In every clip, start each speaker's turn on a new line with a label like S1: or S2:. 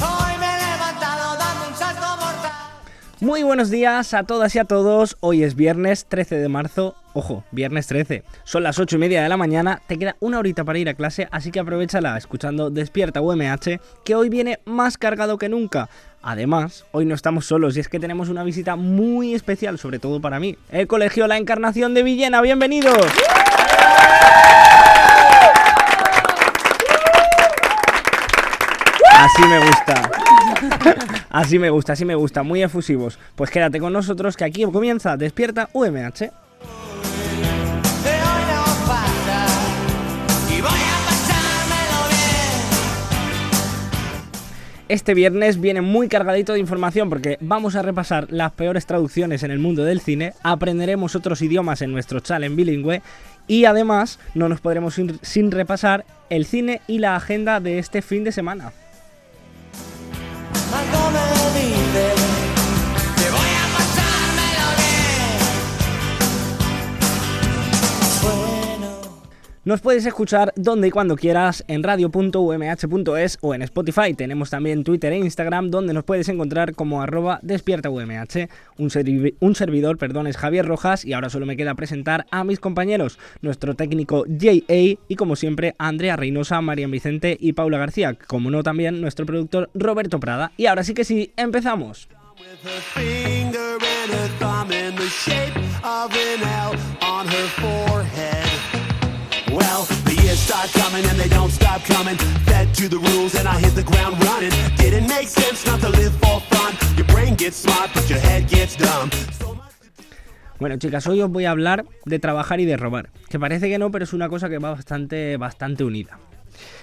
S1: Hoy me he levantado dando un salto mortal.
S2: Muy buenos días a todas y a todos. Hoy es viernes 13 de marzo. Ojo, viernes 13. Son las 8 y media de la mañana. Te queda una horita para ir a clase, así que aprovechala escuchando Despierta UMH, que hoy viene más cargado que nunca. Además, hoy no estamos solos y es que tenemos una visita muy especial, sobre todo para mí. El Colegio La Encarnación de Villena, bienvenidos. Así me gusta. Así me gusta, así me gusta, muy efusivos. Pues quédate con nosotros que aquí comienza Despierta UMH.
S1: De hoy no falta. Y voy a pasármelo bien.
S2: Este viernes viene muy cargadito de información porque vamos a repasar las peores traducciones en el mundo del cine, aprenderemos otros idiomas en nuestro challenge bilingüe y además no nos podremos ir sin repasar el cine y la agenda de este fin de semana.
S1: Algo me dice que voy a pasármelo bien. Bueno.
S2: Nos puedes escuchar donde y cuando quieras en radio.umh.es o en Spotify. Tenemos también Twitter e Instagram donde nos puedes encontrar como arroba despiertaumh. Un, servi- un servidor, perdón, es Javier Rojas y ahora solo me queda presentar a mis compañeros, nuestro técnico JA y como siempre Andrea Reynosa, Marian Vicente y Paula García. Como no también nuestro productor Roberto Prada. Y ahora sí que sí, empezamos.
S1: With her finger and her thumb in the shape of an L on her forehead. Well, the years start coming and they don't stop coming. Fed to the rules and I hit the ground running. Didn't make sense not to live for fun. Your brain gets smart, but your head gets dumb. So much
S2: Bueno, chicas, hoy os voy a hablar de trabajar y de robar, que parece que no, pero es una cosa que va bastante, bastante unida.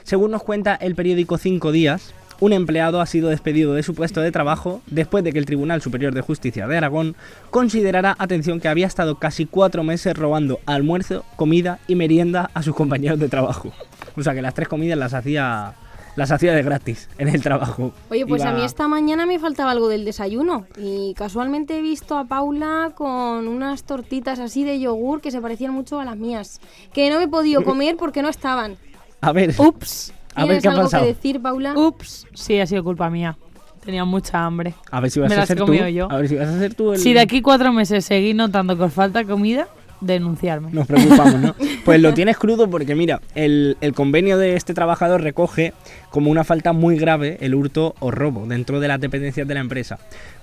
S2: Según nos cuenta el periódico Cinco Días, un empleado ha sido despedido de su puesto de trabajo después de que el Tribunal Superior de Justicia de Aragón considerara, atención, que había estado casi cuatro meses robando almuerzo, comida y merienda a sus compañeros de trabajo. O sea que las tres comidas las hacía, las hacía de gratis en el trabajo.
S3: Oye, pues a
S2: Iba-
S3: mí esta mañana me faltaba algo del desayuno y casualmente he visto a Paula con unas tortitas así de yogur que se parecían mucho a las mías, que no me he podido comer porque no estaban.
S2: A ver,
S4: Ups,
S2: a
S3: ¿Tienes
S2: ver qué ha
S3: algo
S2: pasado. Uh,
S3: que decir, Paula?
S4: ups. Sí, ha sido culpa mía. Tenía mucha hambre.
S2: A ver si vas
S4: Me
S2: a
S4: las he
S2: ser tú.
S4: comido yo.
S2: A ver si vas a ser tú el.
S4: Si de aquí cuatro meses seguís notando que os falta comida, denunciarme.
S2: Nos preocupamos, ¿no? Pues lo tienes crudo porque, mira, el, el convenio de este trabajador recoge como una falta muy grave el hurto o robo dentro de las dependencias de la empresa.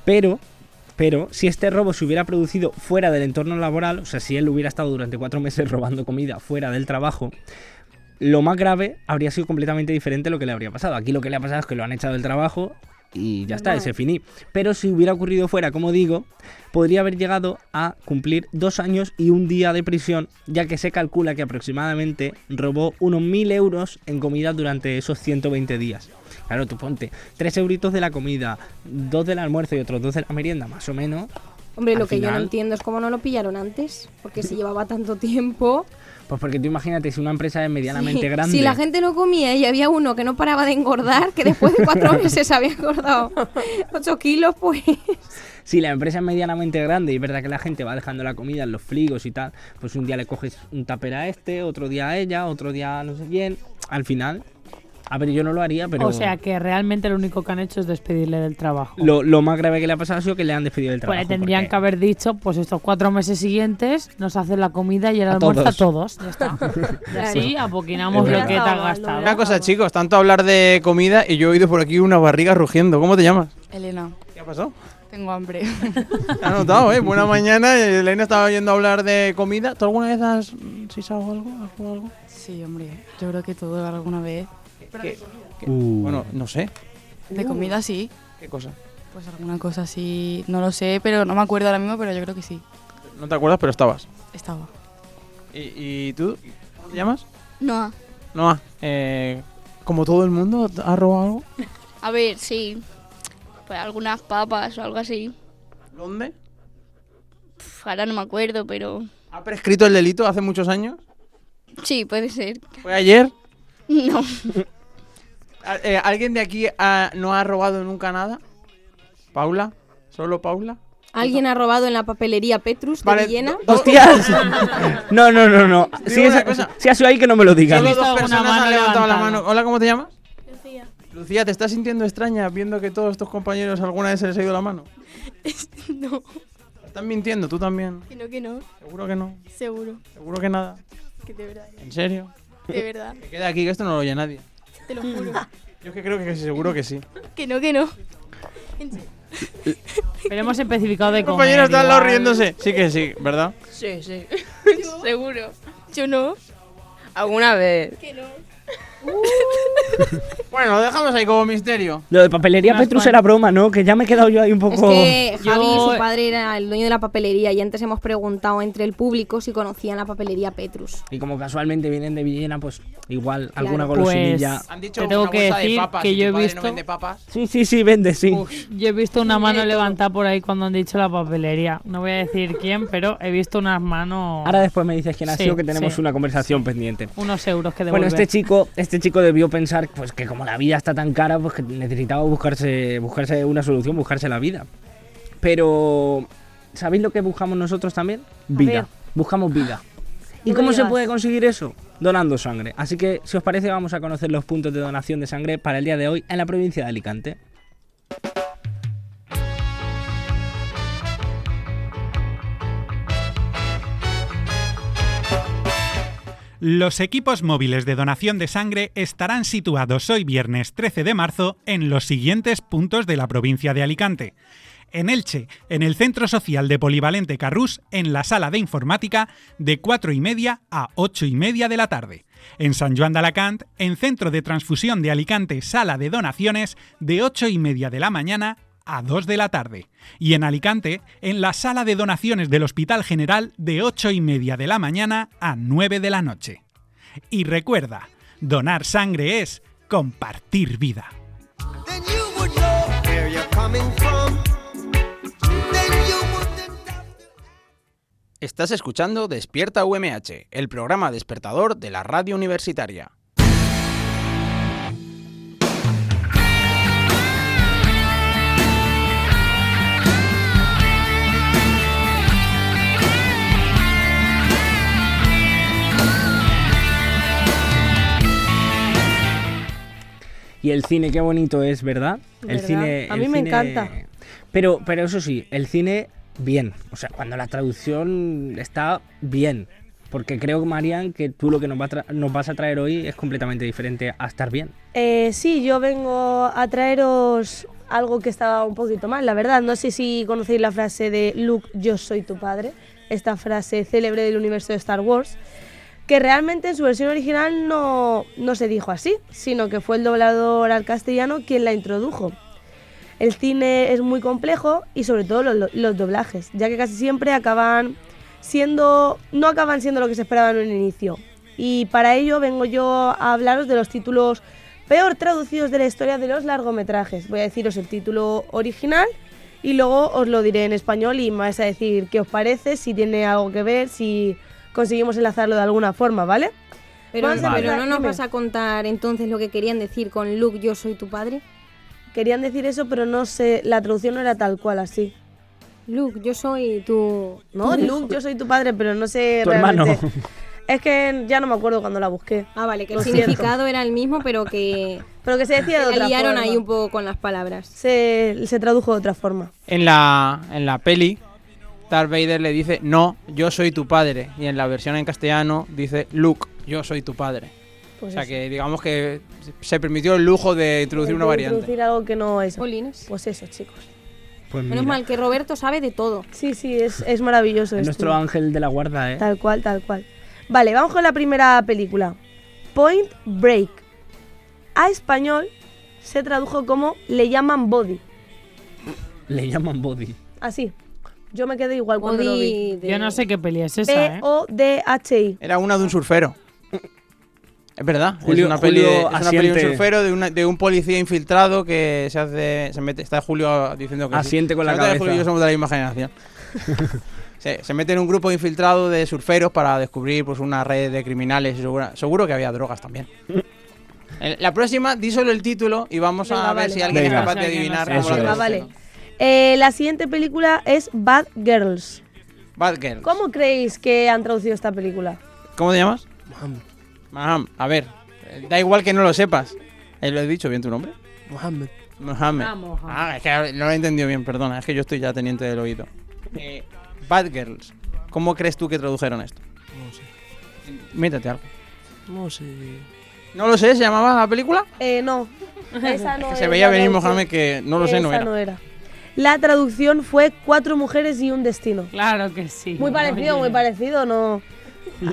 S2: Pero, pero, si este robo se hubiera producido fuera del entorno laboral, o sea, si él hubiera estado durante cuatro meses robando comida fuera del trabajo, lo más grave habría sido completamente diferente lo que le habría pasado. Aquí lo que le ha pasado es que lo han echado del trabajo y ya está, y se finí. Pero si hubiera ocurrido fuera, como digo, podría haber llegado a cumplir dos años y un día de prisión, ya que se calcula que aproximadamente robó unos 1.000 euros en comida durante esos 120 días. Claro, tú ponte 3 euritos de la comida, 2 del almuerzo y otros 2 de la merienda, más o menos.
S3: Hombre, lo
S2: al
S3: que yo
S2: final-
S3: no entiendo es cómo no lo pillaron antes, porque si llevaba tanto tiempo...
S2: Pues porque tú imagínate, si una empresa es medianamente
S3: Sí,
S2: grande...
S3: Si la gente no comía y había uno que no paraba de engordar, que después de cuatro meses había engordado 8 kilos, pues...
S2: si la empresa es medianamente grande y es verdad que la gente va dejando la comida en los frigos y tal, pues un día le coges un tupper a este, otro día a ella, otro día a no sé quién. Al final, a ver, yo no lo haría, pero
S4: O sea que realmente lo único que han hecho es despedirle del trabajo.
S2: lo, lo más grave que le ha pasado ha sido que le han despedido del
S4: pues
S2: trabajo.
S4: le tendrían
S2: porque-
S4: que haber dicho, pues estos cuatro meses siguientes nos hacen la comida y el
S2: A
S4: almuerzo a
S2: todos.
S4: todos. Ya está. Y así apoquinamos
S2: Es
S4: lo
S2: verdad.
S4: que te has
S3: Lo
S4: gastado.
S5: Una cosa, chicos, tanto hablar de comida y yo he oído por aquí una barriga rugiendo. ¿Cómo te llamas?
S6: Elena,
S5: ¿Qué ha pasado?
S6: tengo hambre.
S5: Te has notado, ¿eh? Buena mañana. Elena estaba oyendo hablar de comida. ¿Tú alguna vez has mm, sisado algo? ¿Has jugado algo?
S6: sí, hombre, yo creo que todo alguna vez.
S2: Uh,
S5: Bueno, no sé.
S7: Uh.
S6: De comida sí,
S5: ¿Qué cosa?
S6: pues alguna cosa sí, no lo sé, pero no me acuerdo ahora mismo, pero yo creo que sí,
S5: No te acuerdas, pero estabas.
S6: estaba.
S8: ¿Y, y tú? ¿Cómo te llamas?
S9: No.
S5: ah,
S8: Noah. Eh, ¿Como todo el mundo ha robado algo?
S9: A ver, sí. Pues algunas papas o algo así.
S8: ¿Dónde?
S9: Pf, ahora no me acuerdo, pero.
S8: ¿Ha prescrito el delito hace muchos años?
S9: Sí, puede ser.
S8: ¿Fue ayer?
S9: No.
S8: ¿Al- eh, ¿Alguien de aquí ha- no ha robado nunca nada? ¿Paula? ¿Solo Paula?
S3: ¿Alguien ha robado en la papelería Petrus de Villena?
S8: do- do-
S2: ¡Hostias! No, no, no, no. Si,
S8: una
S2: esa-
S8: cosa.
S2: si ha sido ahí que no me lo digas.
S8: Solo
S4: visto
S8: dos
S4: alguna
S8: personas
S4: mano
S8: han levantado la
S4: levantada.
S8: mano. Hola, ¿cómo te llamas?
S9: Lucía.
S8: Lucía, ¿te estás sintiendo extraña viendo que todos tus compañeros alguna vez se les ha ido la mano?
S9: No.
S8: Están mintiendo, tú también.
S9: Que no, que no.
S8: Seguro que no,
S9: Seguro.
S8: seguro que nada.
S9: Que de verdad.
S8: ¿En serio?
S9: De verdad.
S8: Que quede aquí, que esto no lo oye nadie.
S9: Te lo juro.
S8: Yo es que creo que sí, seguro que sí.
S9: Que no, que no.
S4: Pero hemos especificado de comer.
S8: Compañeros, están los
S4: igual.
S8: riéndose. Sí que sí, ¿verdad?
S7: Sí, sí.
S9: Seguro. Yo no.
S7: ¿Alguna vez?
S9: Que no.
S8: Bueno, lo dejamos ahí como misterio.
S2: Lo de papelería
S4: Unas
S2: Petrus
S4: cuantas.
S2: era broma, ¿no? Que ya me he quedado yo ahí un
S3: Es
S2: poco.
S3: que Javi,
S4: Yo-
S3: su padre, era el dueño de la papelería y antes hemos preguntado entre el público si conocían la papelería Petrus.
S2: Y como casualmente vienen de Villena, pues igual alguna
S3: Claro.
S2: golosinilla.
S4: Pues- Te tengo que decir que
S8: y tu
S4: yo he
S8: padre
S4: visto-
S8: No vende papas.
S2: Sí, sí, sí, vende, sí.
S8: Uf,
S4: Yo he visto una mano levantada por ahí cuando han dicho la papelería. No voy a decir quién, pero he visto unas manos.
S2: Ahora después me dices quién ha
S4: Sí,
S2: sido que tenemos
S4: sí.
S2: una conversación pendiente.
S4: unos euros que
S2: Bueno,
S4: devolver.
S2: este chico, este chico debió pensar pues que como la vida está tan cara, pues que necesitaba buscarse, buscarse una solución, buscarse la vida. Pero ¿sabéis lo que buscamos nosotros también?
S4: ver.
S2: Vida. Buscamos vida. ¿Y
S4: No me
S2: cómo se
S4: digas.
S2: puede conseguir eso? Donando sangre. Así que, si os parece, vamos a conocer los puntos de donación de sangre para el día de hoy en la provincia de Alicante.
S10: Los equipos móviles de donación de sangre estarán situados hoy viernes 13 de marzo en los siguientes puntos de la provincia de Alicante. En Elche, en el Centro Social de Polivalente Carrús, en la sala de informática, de 4 y media a 8 y media de la tarde. En San Juan de Alacant, en Centro de Transfusión de Alicante, sala de donaciones, de 8 y media de la mañana a 2 de la tarde. Y en Alicante, en la sala de donaciones del Hospital General, de 8 y media de la mañana a 9 de la noche. Y recuerda, donar sangre es compartir vida.
S11: Then you would know where you're coming from. Then you wouldn't have to
S8: Estás escuchando Despierta UMH, el programa despertador de la radio universitaria.
S2: Y el cine, qué bonito es, ¿verdad? El
S7: ¿Verdad?
S2: cine.
S7: A
S2: el
S7: mí me
S2: cine-
S7: encanta.
S2: Pero, pero eso sí, el cine, bien. O sea, cuando la traducción está bien. Porque creo, Marian, que tú lo que nos, va a tra- nos vas a traer hoy es completamente diferente a estar bien.
S7: Eh, sí, yo vengo a traeros algo que estaba un poquito mal, la verdad. No sé si conocéis la frase de Luke, yo soy tu padre. Esta frase célebre del universo de Star Wars, que realmente en su versión original no, no se dijo así, sino que fue el doblador al castellano quien la introdujo. El cine es muy complejo y sobre todo los, los doblajes, ya que casi siempre acaban siendo, no acaban siendo lo que se esperaba en un inicio. Y para ello vengo yo a hablaros de los títulos peor traducidos de la historia de los largometrajes. Voy a deciros el título original y luego os lo diré en español y me vais a decir qué os parece, si tiene algo que ver, si conseguimos enlazarlo de alguna forma, ¿vale?
S3: Pero,
S7: Vamos
S2: a
S3: pero
S7: empezar,
S3: no nos
S7: dime.
S3: vas a contar entonces lo que querían decir con Luke, yo soy tu padre.
S7: Querían decir eso, pero no sé, la traducción no era tal cual así.
S3: Luke, yo soy tu...
S7: No, Luke, yo soy tu padre, pero no sé
S2: Tu hermano.
S7: realmente. Es que ya no me acuerdo cuando la busqué.
S3: Ah, vale, que el
S7: Lo siento.
S3: significado era el mismo, pero que
S7: Pero que se decía de
S3: que
S7: otra
S3: la liaron
S7: forma.
S3: ahí un poco con las palabras.
S7: Se, se tradujo de otra forma.
S8: En la, en la peli, Darth Vader le dice, no, yo soy tu padre. Y en la versión en castellano dice, Luke, yo soy tu padre.
S7: Pues
S8: o sea
S7: eso.
S8: que digamos que se permitió el lujo de introducir una
S7: Hay que
S8: variante.
S7: Introducir algo que no es.
S3: Polines.
S7: Pues eso, chicos.
S2: Pues
S3: Menos mal que Roberto sabe de todo.
S7: Sí, sí, es, es maravilloso. esto.
S2: nuestro ángel de la guarda, ¿eh?
S7: Tal cual, tal cual. Vale, vamos con la primera película. Point Break. A español se tradujo como Le llaman Body.
S2: Le llaman Body.
S7: Así. Yo me quedé igual cuando lo vi.
S4: Yo no sé qué peli es esa, ¿eh?
S7: P-O-D-H-I.
S8: Era una de un surfero. Es verdad,
S2: Julio-
S8: es una peli, de-
S2: Julio
S8: es una peli de un
S2: asiente.
S8: surfero, de, una- de un policía infiltrado que se hace, se mete, está Julio diciendo que sí.
S2: Asiente
S8: Se
S2: con la
S8: nota que
S2: cabeza.
S8: Julio y yo somos de la misma generación. se, se mete en un grupo infiltrado de surferos para descubrir pues una red de criminales, segura- seguro que había drogas también. El- La próxima, di solo el título y vamos
S7: Venga,
S8: a ver
S7: vale,
S8: si
S7: vale.
S8: alguien
S7: Venga.
S8: es capaz de
S7: O sea, que no
S8: adivinar.
S7: sé.
S8: cómo lo
S7: Venga,
S8: estamos
S7: vale.
S8: haciendo.
S7: Eh, la siguiente película es Bad Girls.
S8: Bad Girl.
S7: ¿Cómo creéis que han traducido esta película?
S8: ¿Cómo te llamas? Maham. A ver, eh, da igual que no lo sepas. Eh, ¿Lo he dicho bien tu nombre?
S12: Mohammed.
S8: Mohamed.
S12: Ah, Mohamed.
S8: Ah, es que no lo he entendido bien, perdona. Es que yo estoy ya teniente del oído. Eh, Bad Girls. ¿Cómo crees tú que tradujeron esto?
S12: No sé.
S8: Métete algo.
S12: No sé.
S8: No lo sé, ¿se llamaba la película?
S7: Eh, no. Esa no
S8: Que se
S7: era
S8: veía
S7: la
S8: venir
S7: traducción.
S8: Mohamed que no lo sé, no
S7: Esa
S8: era.
S7: no era. La traducción fue Cuatro mujeres y un destino.
S4: Claro que sí.
S7: Muy parecido,
S4: Oye.
S7: muy parecido, no.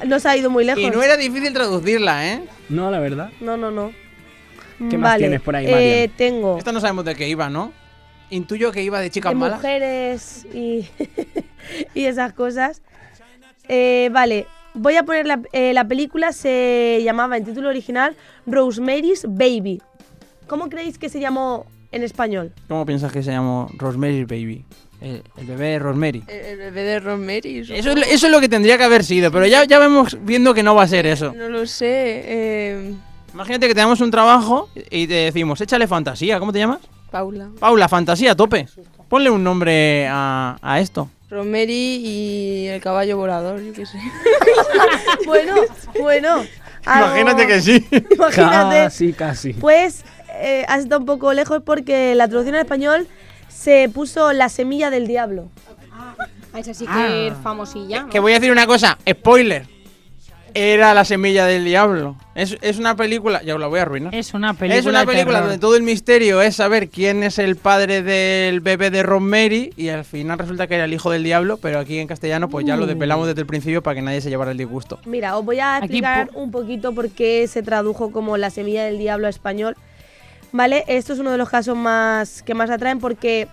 S7: No se ha ido muy lejos.
S8: Y no era difícil traducirla, ¿eh?
S2: No, la verdad.
S7: No, no, no.
S8: ¿Qué más
S7: Vale,
S8: tienes por ahí,
S7: eh,
S8: Marian?
S7: tengo
S8: Esta no sabemos de qué iba, ¿no? Intuyo que iba de chicas
S7: de
S8: malas.
S7: mujeres y, y esas cosas. Eh, vale, voy a poner la, eh, la película, se llamaba en título original Rosemary's Baby. ¿Cómo creéis que se llamó en español?
S8: ¿Cómo piensas que se llamó Rosemary's Baby? El, el bebé de Rosemary.
S9: Eh,
S6: El bebé de Rosemary.
S8: Eso es, lo- eso es lo que tendría que haber sido, pero ya, ya vemos viendo que no va a ser eso.
S6: No lo sé. eh,
S8: Imagínate que tenemos un trabajo y te decimos, échale fantasía, ¿cómo te llamas?
S6: Paula.
S8: Paula, fantasía, a tope. Ponle un nombre a, a esto.
S6: Rosemary y el caballo volador, yo qué sé.
S7: bueno, bueno. algo-
S8: sí.
S7: Imagínate.
S2: Casi, casi.
S7: Pues eh, has estado un poco lejos porque la traducción en español se puso La semilla del diablo.
S3: Ah, esa sí que
S8: Ah.
S3: es famosilla. ¿no?
S8: Que voy a decir una cosa, spoiler. Era la semilla del diablo. Es, es una película, ya os la voy a arruinar.
S4: Es una película.
S8: es una
S4: de
S8: película
S4: terror.
S8: donde todo el misterio es saber quién es el padre del bebé de Rosemary y al final resulta que era el hijo del diablo, pero aquí en castellano pues ya lo
S4: Mm.
S7: Uh.
S8: depelamos desde el principio para que nadie se llevara el disgusto.
S7: Mira, os voy a
S8: Aquí
S7: explicar un poquito por qué se tradujo como la semilla del diablo a español. ¿Vale? Esto es uno de los casos más que más atraen porque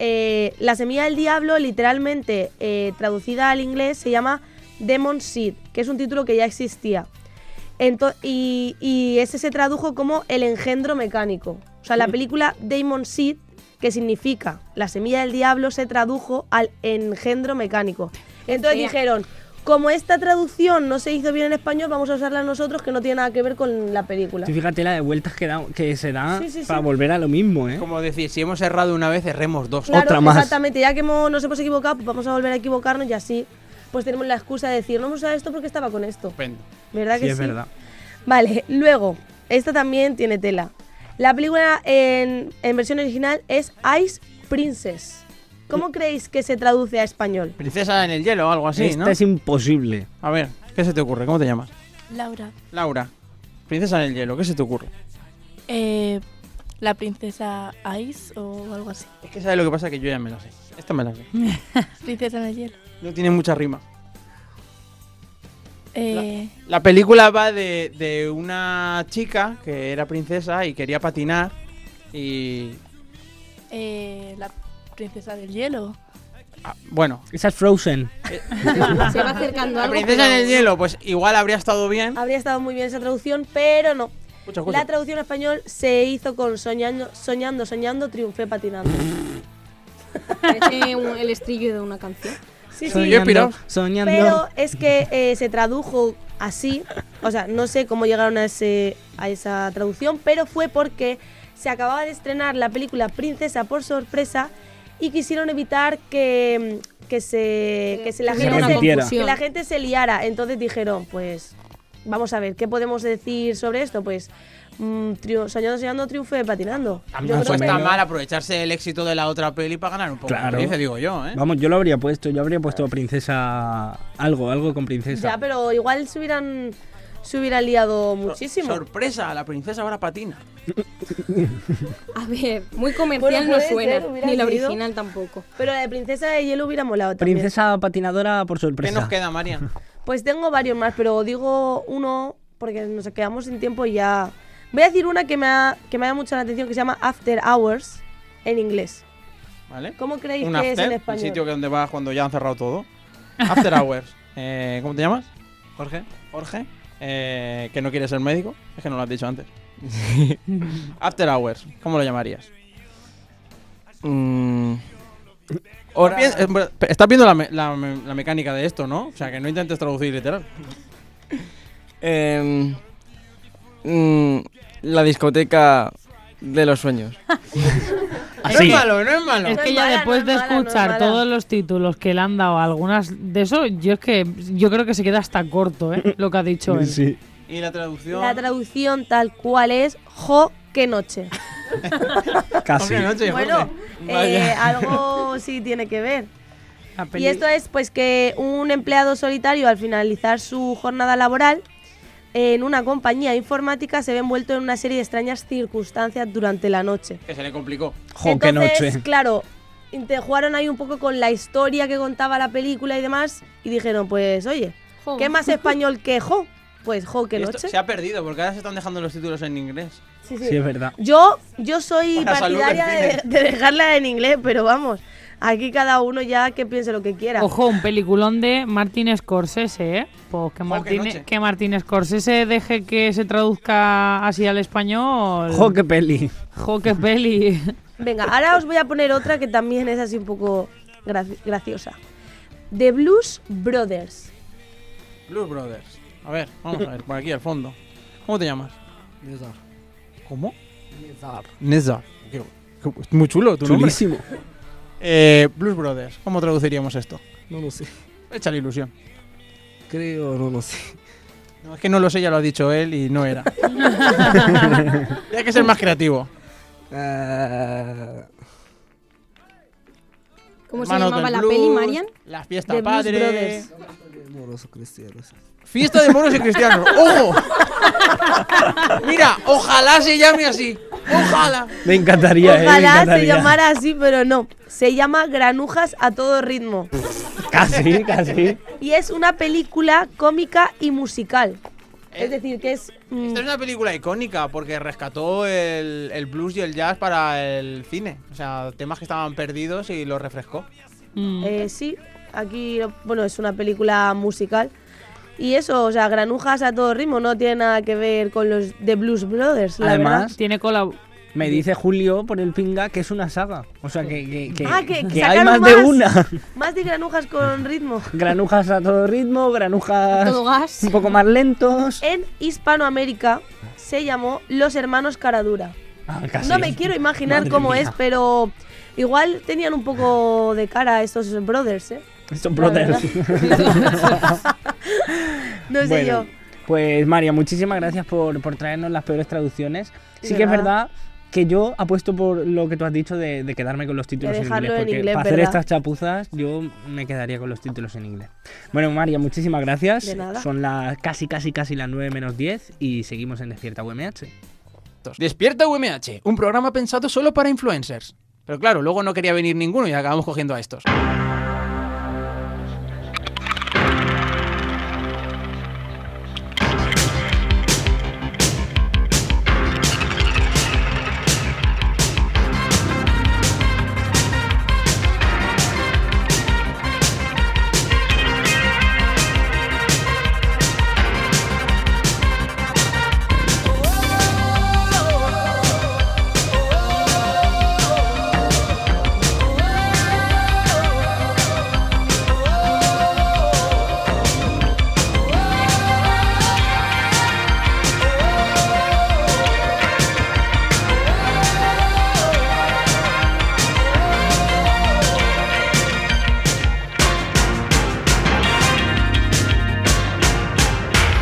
S7: eh, la semilla del diablo, literalmente eh, traducida al inglés, se llama Demon Seed, que es un título que ya existía. Ento- y, y ese se tradujo como el engendro mecánico. O sea, la película Demon Seed, que significa la semilla del diablo, se tradujo al engendro mecánico. Entonces
S6: fea.
S7: dijeron, como esta traducción no se hizo bien en español, vamos a usarla nosotros que no tiene nada que ver con la película.
S2: Tú fíjate la de vueltas que, da- que se da
S7: Sí, sí, sí.
S2: para volver a lo mismo, ¿eh?
S8: Como decir, si hemos errado una vez, erremos dos.
S7: Claro, exactamente. Ya que hemos- nos hemos equivocado, pues vamos a volver a equivocarnos y así pues tenemos la excusa de decir, no hemos usado esto porque estaba con esto. ¿Verdad que sí?
S2: es verdad.
S7: Vale, luego, esta también tiene tela. La película en, en versión original es Ice Princess. ¿Cómo creéis que se traduce a español?
S8: Princesa en el hielo o algo así,
S2: Esta
S8: ¿no?
S4: Este
S2: es imposible.
S8: A ver, ¿qué se te ocurre? ¿Cómo te llamas?
S6: Laura.
S8: Laura. Princesa en el hielo, ¿qué se te ocurre?
S6: eh, la princesa Ice o algo así.
S8: Es que sabes lo que pasa que yo ya me la sé. Esta me la sé.
S6: Princesa en el hielo.
S8: No tiene mucha rima.
S6: Eh,
S8: La película va de, de una chica que era princesa y quería patinar y...
S6: eh, la princesa del hielo.
S8: Ah, Bueno.
S2: Esa es Frozen.
S7: Se va acercando
S8: La
S7: algo,
S8: princesa
S7: pero-
S8: en el hielo, pues igual habría estado bien.
S7: Habría estado muy bien esa traducción, pero no.
S8: Escucha, escucha.
S7: La traducción en español se hizo con soñando, soñando, soñando, triunfé patinando.
S3: Parece un- el estrillo de una canción.
S7: Sí,
S2: Soñando,
S7: sí.
S2: Soñando.
S7: Pero es que eh, se tradujo así, o sea, no sé cómo llegaron a, ese, a esa traducción, pero fue porque se acababa de estrenar la película Princesa por sorpresa y quisieron evitar que, mm, que se, que se- la,
S2: Que se
S7: gente
S2: repitiera.
S7: que la gente se liara. Entonces dijeron, pues, vamos a ver, ¿qué podemos decir sobre esto? Pues, mm, triu- soñando, soñando, triunfe, patinando. Yo
S8: También
S7: creo
S8: no
S7: que-
S8: Pues está mal aprovecharse del éxito de la otra peli para ganar un poco.
S2: Claro.
S8: Dice, digo yo, ¿eh?
S2: Vamos, yo lo habría puesto. Yo habría puesto princesa. Algo, algo con princesa.
S7: Ya, pero igual se hubieran, se hubieran liado muchísimo.
S8: Sorpresa, la princesa ahora patina.
S3: A ver, muy comercial
S7: Bueno,
S3: no
S7: puede
S3: suena,
S7: ser, hubiera
S3: ni la
S7: sido.
S3: original tampoco.
S7: Pero la de Princesa de Hielo hubiera molado también.
S2: princesa patinadora por sorpresa.
S8: queda, Marian?
S7: Pues tengo varios más, pero digo uno porque nos quedamos sin tiempo y ya. Voy a decir una que me ha, que me ha llamado mucho la atención que se llama After Hours en inglés.
S8: ¿vale?
S7: ¿Cómo creéis
S8: un
S7: que es
S8: after,
S7: en
S8: el
S7: español?
S8: sitio que donde vas cuando ya han cerrado todo. After hours. Eh, ¿Cómo te llamas?
S12: Jorge.
S8: Jorge. Eh, que no quieres ser médico. Es que no lo has dicho antes. after hours. ¿Cómo lo llamarías?
S12: Mm. Ahora-
S8: Pi- eh, bueno, pe- Estás viendo la, me- la me- la mecánica de esto, ¿no? O sea, que no intentes traducir literal.
S12: Em, mm, la discoteca de los sueños.
S8: No es malo, no es malo.
S4: Es que ya
S7: mala,
S4: después
S7: no
S4: de
S7: es mala, no es
S4: escuchar
S7: mala.
S4: todos los títulos que le han dado a algunas de eso, yo es que yo creo que se queda hasta corto, ¿eh? Lo que ha dicho él.
S2: Sí.
S8: ¿Y la traducción?
S7: La traducción tal cual es jo, qué noche.
S2: Casi.
S8: Hombre, noche,
S7: Bueno,
S8: Jorge.
S7: eh,
S8: Vaya.
S7: algo sí tiene que ver.
S4: peli-
S7: Y esto es pues que un empleado solitario al finalizar su jornada laboral en una compañía informática se ve envuelto en una serie de extrañas circunstancias durante la noche.
S8: Que se le complicó.
S2: Jo, qué
S7: Entonces,
S2: noche.
S7: claro, te jugaron ahí un poco con la historia que contaba la película y demás y dijeron, pues oye,
S3: Jo.
S7: ¿qué más español que jo? Pues jo, qué
S8: Y esto
S7: noche.
S8: Se ha perdido porque ahora se están dejando los títulos en inglés.
S7: Sí,
S2: Sí, es verdad.
S7: Yo, yo soy
S8: Para la salud
S7: partidaria
S8: del
S7: de, de dejarla en inglés, pero vamos, aquí cada uno ya que piense lo que quiera.
S4: Ojo, un peliculón de Martin Scorsese, ¿eh? Pues que
S8: Oh, qué
S4: Martin,
S8: noche.
S4: que Martin Scorsese deje que se traduzca así al español.
S2: Jo, qué peli.
S4: Jo, qué peli.
S7: Venga, ahora os voy a poner otra que también es así un poco graci- graciosa. The Blues Brothers.
S8: Blues Brothers. A ver, vamos a ver, por aquí al fondo. ¿Cómo te llamas?
S12: Nezar.
S8: ¿Cómo? Nezar. Qué- qué- Es muy chulo tu nombre.
S2: Chulísimo.
S8: Eh, Blues Brothers. ¿Cómo traduciríamos esto?
S12: No lo sé.
S8: Échale ilusión.
S12: Creo, no lo sé.
S8: No, es que no lo sé, ya lo ha dicho él y no era. Hay que ser más creativo.
S2: Ah,
S12: Eh,
S3: ¿Cómo se
S8: Hermanos
S3: llamaba
S8: del
S3: la
S8: blues,
S3: peli, Marian?
S8: La fiesta
S7: The Blues
S8: padre.
S7: Brothers.
S12: moros o cristianos.
S8: Fiesta de moros y cristianos. ¡Ojo! Mira, ojalá se llame así. Ojalá.
S2: Me encantaría, eh, me
S7: Ojalá se
S2: encantaría.
S7: llamara así, pero no. Se llama Granujas a todo ritmo.
S2: Casi, casi.
S7: Y es una película cómica y musical.
S8: Eh,
S7: Es decir, que es... mm,
S8: Esta es una película icónica porque rescató el, el blues y el jazz para el cine. O sea, temas que estaban perdidos y los refrescó.
S4: Mm.
S7: Eh, sí, aquí, bueno, es una película musical. Y eso, o sea, granujas a todo ritmo, no tiene nada que ver con los de Blues Brothers, la
S2: Además,
S4: Tiene colab...
S2: me dice Julio por el pinga que es una saga. O sea, que, que, que-
S7: verdad. Ah, que, que
S2: que hay
S7: sacaron
S2: más de una.
S7: Más de granujas con ritmo.
S2: Granujas a todo ritmo,
S8: Ah.
S2: granujas
S3: Todo gas.
S2: un poco más lentos.
S7: En Hispanoamérica se llamó Los Hermanos Caradura.
S2: Ah, casi.
S7: No me quiero imaginar
S2: Madre
S7: cómo
S2: mía.
S7: es, pero igual tenían un poco de cara estos brothers, ¿eh?
S2: Son brothers.
S7: No sé
S2: Bueno,
S7: yo.
S2: Pues María, muchísimas gracias por, por traernos las peores traducciones. Sí
S7: De
S2: que es
S7: nada.
S2: verdad que yo apuesto por lo que tú has dicho de, de quedarme con los títulos en
S7: dejarlo en
S2: inglés. Porque
S7: inglés,
S2: para hacer
S7: ¿verdad?
S2: estas chapuzas yo me quedaría con los títulos en inglés. Bueno, María, muchísimas gracias.
S7: De nada.
S2: Son las casi, casi, casi las 9 menos 10 y seguimos en Despierta UMH.
S8: Despierta UMH, un programa pensado solo para influencers. Pero claro, luego no quería venir ninguno y acabamos cogiendo a estos.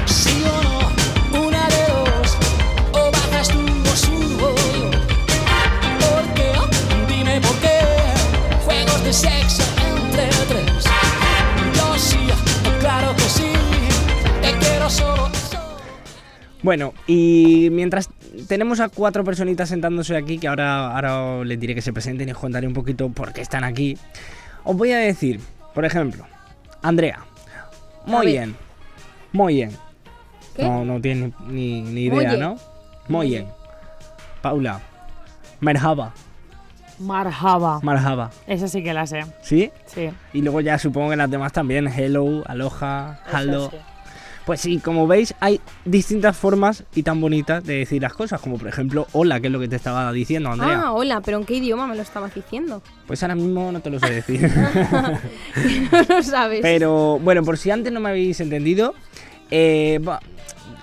S11: Sí o no, una de dos, o bajas tú o subo yo. ¿Por qué? Dime por qué. Juegos de sexo entre tres. Yo sí, claro que sí, te quiero solo.
S2: Bueno, y mientras tenemos a cuatro personitas sentándose aquí, que ahora, ahora les diré que se presenten y os contaré un poquito por qué están aquí, os voy a decir, por ejemplo, Andrea. Muy
S3: Javi.
S2: bien. Muy bien.
S3: ¿Qué?
S2: No, no tiene ni, ni
S3: Muy
S2: idea,
S3: bien.
S2: ¿no? Muy bien. Paula. Merhaba.
S4: Marjaba.
S2: Marjaba.
S4: Esa sí que la sé.
S2: ¿Sí?
S4: Sí.
S2: Y luego ya supongo que las demás también. Hello, aloha,
S4: Esa
S2: hello.
S4: sí.
S2: Pues sí, como veis, hay distintas formas y tan bonitas de decir las cosas, como por ejemplo, hola, que es lo que te estaba diciendo, Andrea.
S3: Ah, hola, pero ¿en qué idioma me lo estabas diciendo?
S2: Pues ahora mismo no te lo sé decir.
S3: no lo sabes.
S2: Pero bueno, por si antes no me habéis entendido, eh, va-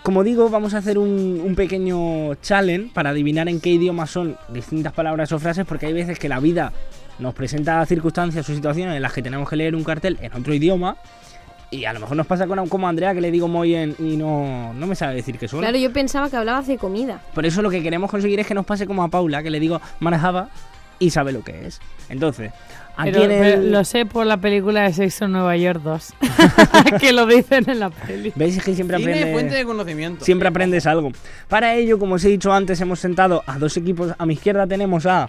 S2: como digo, vamos a hacer un, un pequeño challenge para adivinar en qué idioma son distintas palabras o frases, porque hay veces que la vida nos presenta circunstancias o situaciones en las que tenemos que leer un cartel en otro idioma. Y a lo mejor nos pasa con como a Andrea que le digo muy bien y no, no me sabe decir qué suena.
S3: Claro, yo pensaba que hablabas de comida.
S2: Por eso lo que queremos conseguir es que nos pase como a Paula, que le digo manejaba y sabe lo que es. Entonces, aquí
S4: Pero-
S2: en el-
S4: pero lo sé por la película de Sexo en Nueva York 2. que lo dicen en la peli.
S2: ¿Veis? Es que siempre
S8: Tiene
S2: aprende...
S8: fuente de conocimiento.
S2: Siempre aprendes algo. Para ello, como os he dicho antes, hemos sentado a dos equipos. A mi izquierda tenemos a...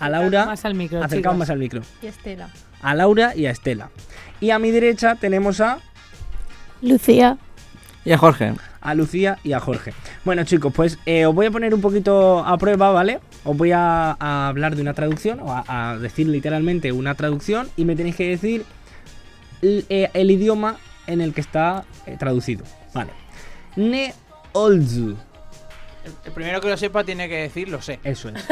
S2: A Laura.
S4: más al micro,
S2: Acercaos
S4: chicos.
S2: más al micro.
S7: Y Estela.
S2: A Laura y a Estela. Y a mi derecha tenemos a...
S6: Lucía.
S8: Y a Jorge.
S2: A Lucía y a Jorge. Bueno, chicos, pues eh, os voy a poner un poquito a prueba, ¿vale? Os voy a, a hablar de una traducción, o a, a decir literalmente una traducción, y me tenéis que decir l- eh, el, idioma en el que está eh, traducido. Vale. Ne olzu.
S8: El primero que lo sepa tiene que decir, lo sé.
S2: Eso es.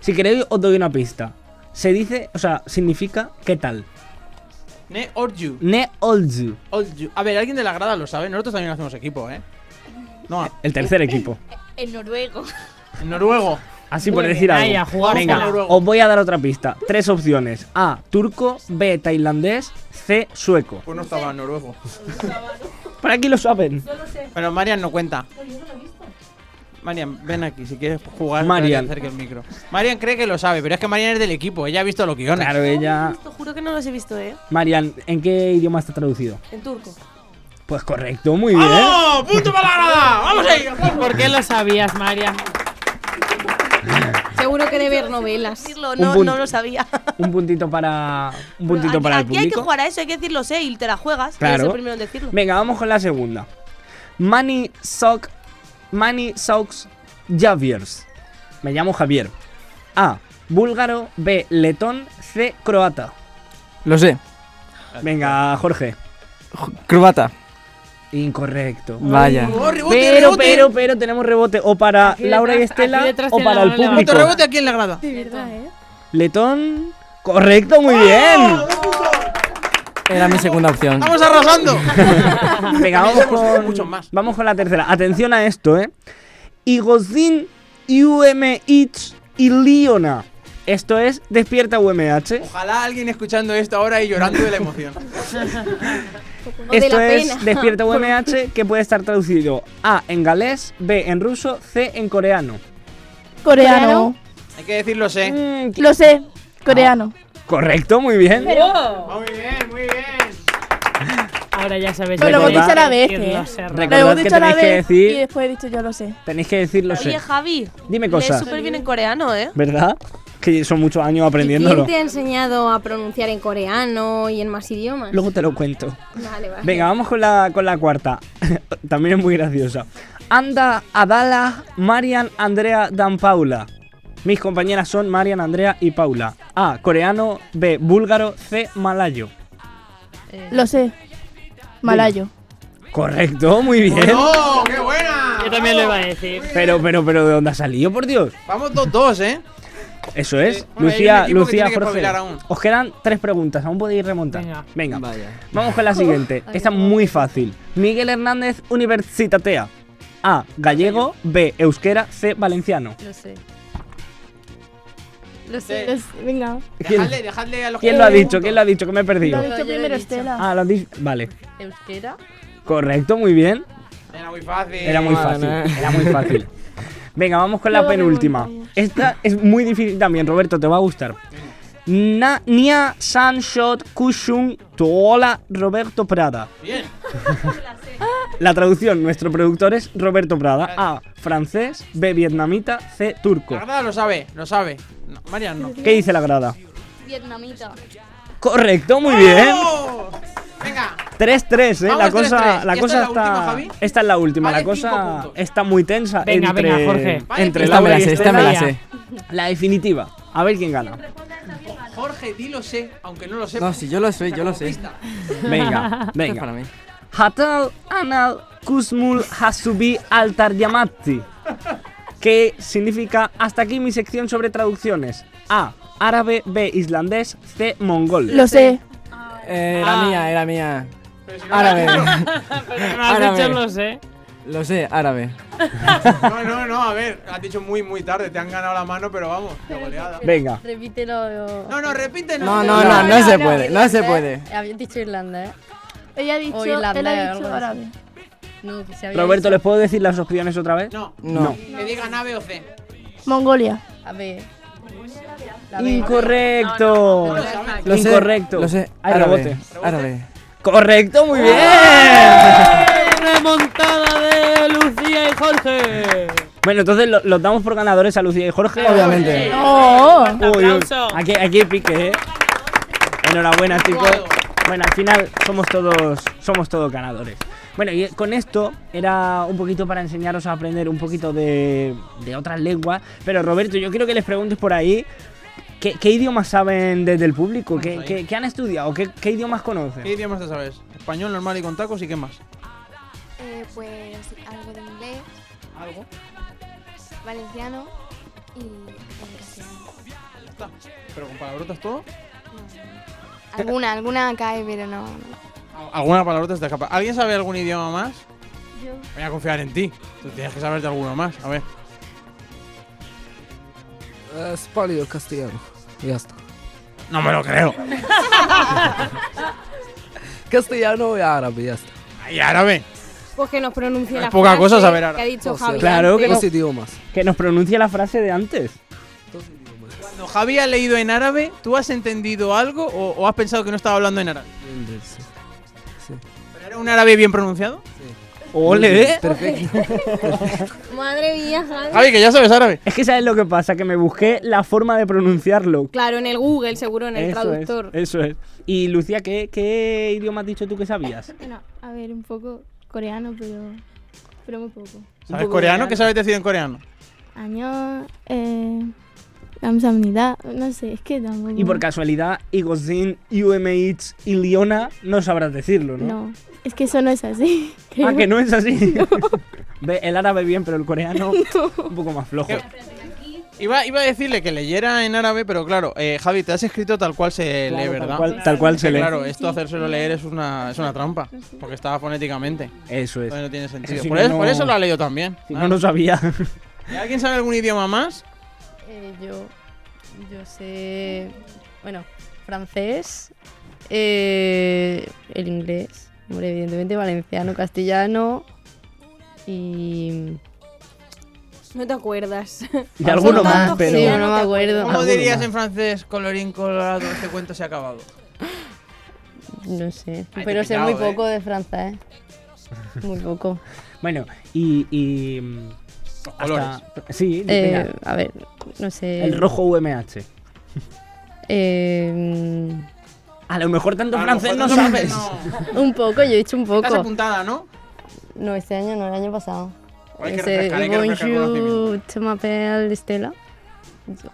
S2: Si queréis, os doy una pista. Se dice, o sea, significa ¿qué tal?
S8: Ne Orju.
S2: Ne olzu.
S8: Orju. Oh, A ver, alguien de la grada lo sabe. Nosotros también hacemos equipo, ¿eh? No,
S2: El tercer equipo.
S13: En noruego.
S8: en noruego.
S2: Así
S8: Muy
S2: por
S8: bien.
S2: decir algo.
S8: Ahí, a jugar
S2: Venga,
S8: con la-
S2: os voy a dar otra pista. Tres opciones. A, turco. B, tailandés. C, sueco.
S8: Pues no estaba en noruego.
S2: Por aquí lo saben.
S8: Pero Marian no cuenta. Marian, ven aquí si quieres jugar.
S2: Marian.
S8: Acerca el micro. Marian cree que lo sabe, pero es que Marian es del equipo. Ella ha visto los guiones.
S2: Claro, ella...
S7: Te juro que no los he visto, ¿eh?
S2: Marian, ¿en qué idioma está traducido?
S7: En turco.
S2: Pues correcto, muy bien.
S8: ¡Oh! ¡Punto para la grada! ¡Vamos ahí!
S4: ¿Por qué lo sabías, María?
S3: Seguro que de ver novelas.
S7: no,
S2: punto.
S7: no lo sabía.
S2: Un puntito para... Un puntito para el
S7: Aquí hay que
S2: público.
S7: jugar a eso, hay que decirlo sé y te la juegas. y eres el
S2: Claro.
S7: primero en decirlo.
S2: Venga, vamos con la segunda. Money Sock. Money Socks Javiers. Me llamo Javier. A. Búlgaro. B. Letón. C. Croata.
S14: Lo sé.
S2: Venga, Jorge.
S14: Croata.
S2: Incorrecto.
S14: Vaya.
S8: Oh, rebote,
S2: Pero,
S8: rebote.
S2: pero, pero tenemos rebote o para Laura y Estela o para el público.
S8: Otro rebote aquí en la grada.
S2: Letón. Correcto, muy bien.
S14: Era mi segunda opción.
S8: ¡Vamos arrasando!
S2: Venga,
S8: También
S2: vamos
S8: somos
S2: con,
S8: muchos más.
S2: vamos con la tercera. Atención a esto, ¿eh? Igozin UMH y Liona. Esto es Despierta UMH.
S8: Ojalá alguien escuchando esto ahora y llorando de la emoción.
S2: Esto es Despierta UMH que puede estar traducido A en galés, B en ruso, C en coreano.
S6: Coreano.
S8: Hay que decirlo sé.
S6: Lo sé. Coreano.
S2: Mm, Correcto, muy bien.
S8: Muy bien, muy bien.
S4: Ahora ya sabes.
S6: Pero lo hemos
S2: Recordad-
S6: dicho a la vez,
S4: decirlo,
S6: ¿eh?
S4: Serra.
S6: Lo hemos
S2: Recordad que
S6: dicho a la
S2: tenéis que
S6: vez y
S2: decir,
S6: después he dicho yo lo sé.
S2: tenéis que decirlo sé.
S7: Oye, Javi.
S2: Dime
S7: lees
S2: cosas.
S7: súper bien en coreano, ¿eh?
S2: ¿Verdad? Que son muchos años
S3: ¿Quién
S2: aprendiéndolo.
S3: te ha enseñado a pronunciar en coreano y en más idiomas?
S2: Luego te lo cuento.
S3: Vale, vale.
S2: Venga, vamos con la, con la cuarta. También es muy graciosa. Anda, Adala, Marian, Andrea, Dan Paula. Mis compañeras son Marian, Andrea y Paula. A. Coreano. B. Búlgaro. C. Malayo.
S6: Lo sé. Malayo.
S2: Correcto, muy bien.
S8: ¡No! ¡Qué buena!
S4: Yo también lo iba a decir.
S2: Pero, pero, pero, ¿de dónde ha salido, por Dios?
S8: Vamos dos, dos, ¿eh?
S2: Eso es.
S8: bueno,
S2: Lucía,
S8: hay un equipo que
S2: Lucía,
S8: tiene que
S2: Jorge.
S8: espabilar aún.
S2: Os quedan tres preguntas, aún podéis remontar. Venga. Vamos con la siguiente. Esta es muy fácil. Miguel Hernández, Universitatea. A. Gallego. B. Euskera. C. Valenciano.
S6: Lo sé.
S13: Lo
S8: sé.
S6: Venga.
S2: ¿Quién-
S8: Dejadle, dejadle a los
S2: ¿Quién
S8: que-
S2: lo ha dicho? ¿Quién lo ha dicho? Que me he perdido.
S6: Lo ha dicho primero Estela.
S2: Ah, lo has dicho. Vale.
S6: Euskera.
S2: Correcto, muy bien.
S8: Era muy fácil.
S2: Era muy fácil. Era muy fácil. Venga, vamos con la
S8: Luego
S2: penúltima. Esta es muy difícil también, Roberto, te va a gustar. Na, Nia Sanshot Kushun Tola Roberto Prada.
S8: Bien.
S2: La traducción, nuestro productor es Roberto Prada. A. Francés. B. Vietnamita. C. Turco.
S8: La grada lo sabe, lo sabe. No, Marian no.
S2: ¿Qué dice la grada?
S13: Vietnamita.
S8: ¿Eh?
S2: Correcto, muy bien.
S8: ¡Oh!
S2: 3-3, ¿eh?
S8: Vamos,
S2: la cosa,
S8: 3-3.
S2: La
S8: ¿Y esta es
S2: cosa
S8: la última,
S2: está.
S8: Javi?
S2: esta es la última.
S8: Vale,
S2: la
S8: cinco
S2: cosa
S8: puntos.
S2: está muy tensa.
S8: Venga,
S2: entre,
S8: venga, Jorge. Vale,
S2: Entre
S14: esta me la
S2: Laura y
S14: sé, esta me la
S2: Estela.
S14: sé.
S2: La definitiva. A ver quién gana.
S8: Jorge, di lo sé, aunque no lo sepa.
S14: No, si yo lo sé, yo lo sé.
S2: Venga,
S14: Esto es para
S2: venga.
S14: mí.
S2: Hatal Anal Kusmul Hasubi Altar Yamati. Que significa hasta aquí mi sección sobre traducciones. A. Árabe, B. Islandés, C. Mongol.
S6: Lo sé.
S14: Eh, era
S6: Ah.
S14: mía, era mía. Árabe.
S4: Pero no has
S14: Árabe.
S4: dicho lo sé.
S14: Lo sé, árabe.
S8: No, no, no, a ver, has dicho muy, muy tarde, te han ganado la mano, pero vamos, la goleada.
S2: Venga.
S9: Repítelo.
S8: No, no, repítelo.
S14: No, no, no, no se puede, no se puede.
S9: Habían dicho Irlanda, ¿eh?
S13: Ella ha dicho,
S9: O
S13: él ha
S9: irlandés,
S13: dicho
S9: algo así.
S13: árabe.
S9: No, que se había
S2: Roberto,
S9: dicho-
S2: ¿les puedo decir las opciones otra vez?
S8: No.
S2: No.
S8: Que diga nave o C.
S13: Mongolia.
S9: A ver.
S2: Incorrecto.
S14: Lo sé,
S2: Incorrecto.
S14: Lo sé,
S2: Hay
S14: árabe.
S2: rebote.
S14: Árabe.
S2: Correcto, muy bien.
S4: Remontada de Lucía y Jorge.
S2: Bueno, entonces lo- los damos por ganadores a Lucía y Jorge.
S14: Obviamente.
S2: ¡Oh! Uy, uy.
S4: aplauso.
S2: Aquí, aquí hay pique, ¿eh? Enhorabuena, chicos. Bueno, al final somos todos, somos todos ganadores. Bueno, y con esto era un poquito para enseñaros a aprender un poquito de, de otras lenguas. Pero Roberto, yo quiero que les preguntes por ahí qué, qué idiomas saben desde el público, qué,
S8: ahí.
S2: qué- qué han estudiado, qué, qué idiomas conocen.
S8: ¿Qué idiomas te sabes? Español normal y con tacos y qué más.
S15: Eh, pues algo de inglés.
S8: ¿Algo?
S15: Valenciano y el castellano.
S8: ¿Pero con palabrotas todo?
S15: Alguna, alguna cae, pero no. no.
S8: ¿Alguna palabrota te escapa? ¿Alguien sabe algún idioma más?
S15: Yo.
S8: Voy a confiar en ti. Tú tienes que saber de alguno más. A ver.
S12: Eh, Es pálido el castellano. Y Ya está.
S8: No me lo creo.
S12: castellano y árabe, ya está.
S8: ¿Y árabe?
S3: Pues que nos pronuncie
S8: la poca frase cosa saber árabe.
S3: que ha dicho
S12: O sea,
S3: Javi.
S2: Pues Claro que
S3: antes.
S12: Dos idiomas.
S2: Que nos pronuncie la frase de antes.
S8: Cuando Javi ha leído en árabe, ¿tú has entendido algo o, o has pensado que no estaba hablando en árabe? ¿Pero era un árabe bien pronunciado?
S2: ¡Ole!
S3: Madre mía, Javi.
S8: Javi, que ya sabes árabe.
S2: Es que sabes lo que pasa, que me busqué la forma de pronunciarlo.
S3: Claro, en el Google, seguro, en el
S2: es,
S3: traductor.
S2: eso es. Y Lucía, ¿qué, qué idioma has dicho tú que sabías?
S13: Bueno, a ver, un poco coreano, pero, pero muy poco.
S8: ¿Sabes coreano? ¿Qué sabes decir en coreano?
S13: Año, eh, 감사합니다. no sé, es que
S7: Mm.
S13: tampoco.
S2: Y por casualidad, Igozin, UMH y Liona no sabrás decirlo, ¿no?
S13: No, es que eso no es así.
S2: Ah,
S13: creo.
S2: que no es así. Ve, el árabe bien, pero el coreano un poco más flojo.
S8: Iba, iba a decirle que leyera en árabe, pero claro, eh, Javi, te has escrito tal cual se
S2: Claro,
S8: lee,
S2: tal
S8: ¿verdad?
S2: cual- tal cual
S8: Es
S2: se
S8: que,
S2: lee.
S8: Claro, esto hacérselo leer es una, es una trampa, porque está fonéticamente.
S2: Eso es.
S8: Entonces no tiene sentido.
S2: Eso sí
S8: por,
S2: que
S8: eso,
S2: no-
S8: por eso lo ha leído también.
S2: Si
S8: Ah.
S2: no lo sabía.
S8: ¿Y ¿Alguien sabe algún idioma más?
S9: Eh, yo, yo sé, bueno, francés, eh, el inglés, hombre, evidentemente valenciano, castellano y...
S3: No te acuerdas.
S2: Y alguno
S9: Son
S2: más,
S9: tantos que
S2: pero-
S9: yo no me acuerdo.
S8: ¿Cómo dirías en francés, colorín colorado, este cuento se ha acabado?
S9: No sé,
S8: Ay, te
S9: pero
S8: he
S9: sé muy
S8: pillado, ¿eh?
S9: poco de Francia, ¿eh? Muy poco.
S2: Bueno, y. y mm,
S8: colores.
S2: Sí,
S9: Eh,
S2: venga.
S9: a ver, no sé.
S2: El rojo UMH.
S9: Eh,
S2: A lo mejor tanto
S8: A lo
S2: francés
S8: mejor
S2: no
S8: tanto
S2: sabes.
S8: francés
S9: un poco, yo he dicho un
S8: Estás
S9: poco.
S8: apuntada, ¿no?
S9: No, este año no, el año pasado.
S8: Hay que
S9: Ese,
S8: refrescar, hay que refrescar el
S9: Bonjour, je m'appelle Estela.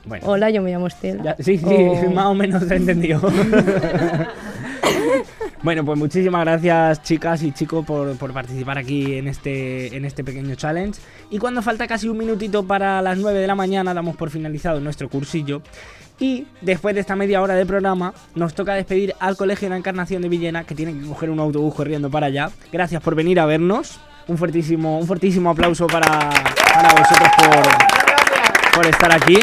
S2: Bueno.
S9: Hola, yo me llamo Estela.
S2: Ya, sí, sí,
S9: O-
S2: más o menos se entendió. bueno, pues muchísimas gracias chicas y chicos por, por participar aquí en este, en este pequeño challenge. Y cuando falta casi un minutito para las 9 de la mañana, damos por finalizado nuestro cursillo. Y después de esta media hora de programa, nos toca despedir al Colegio de la Encarnación de Villena, que tiene que coger un autobús corriendo para allá. Gracias por venir a vernos. Un fuertísimo, un fuertísimo aplauso para, para vosotros por, por estar aquí.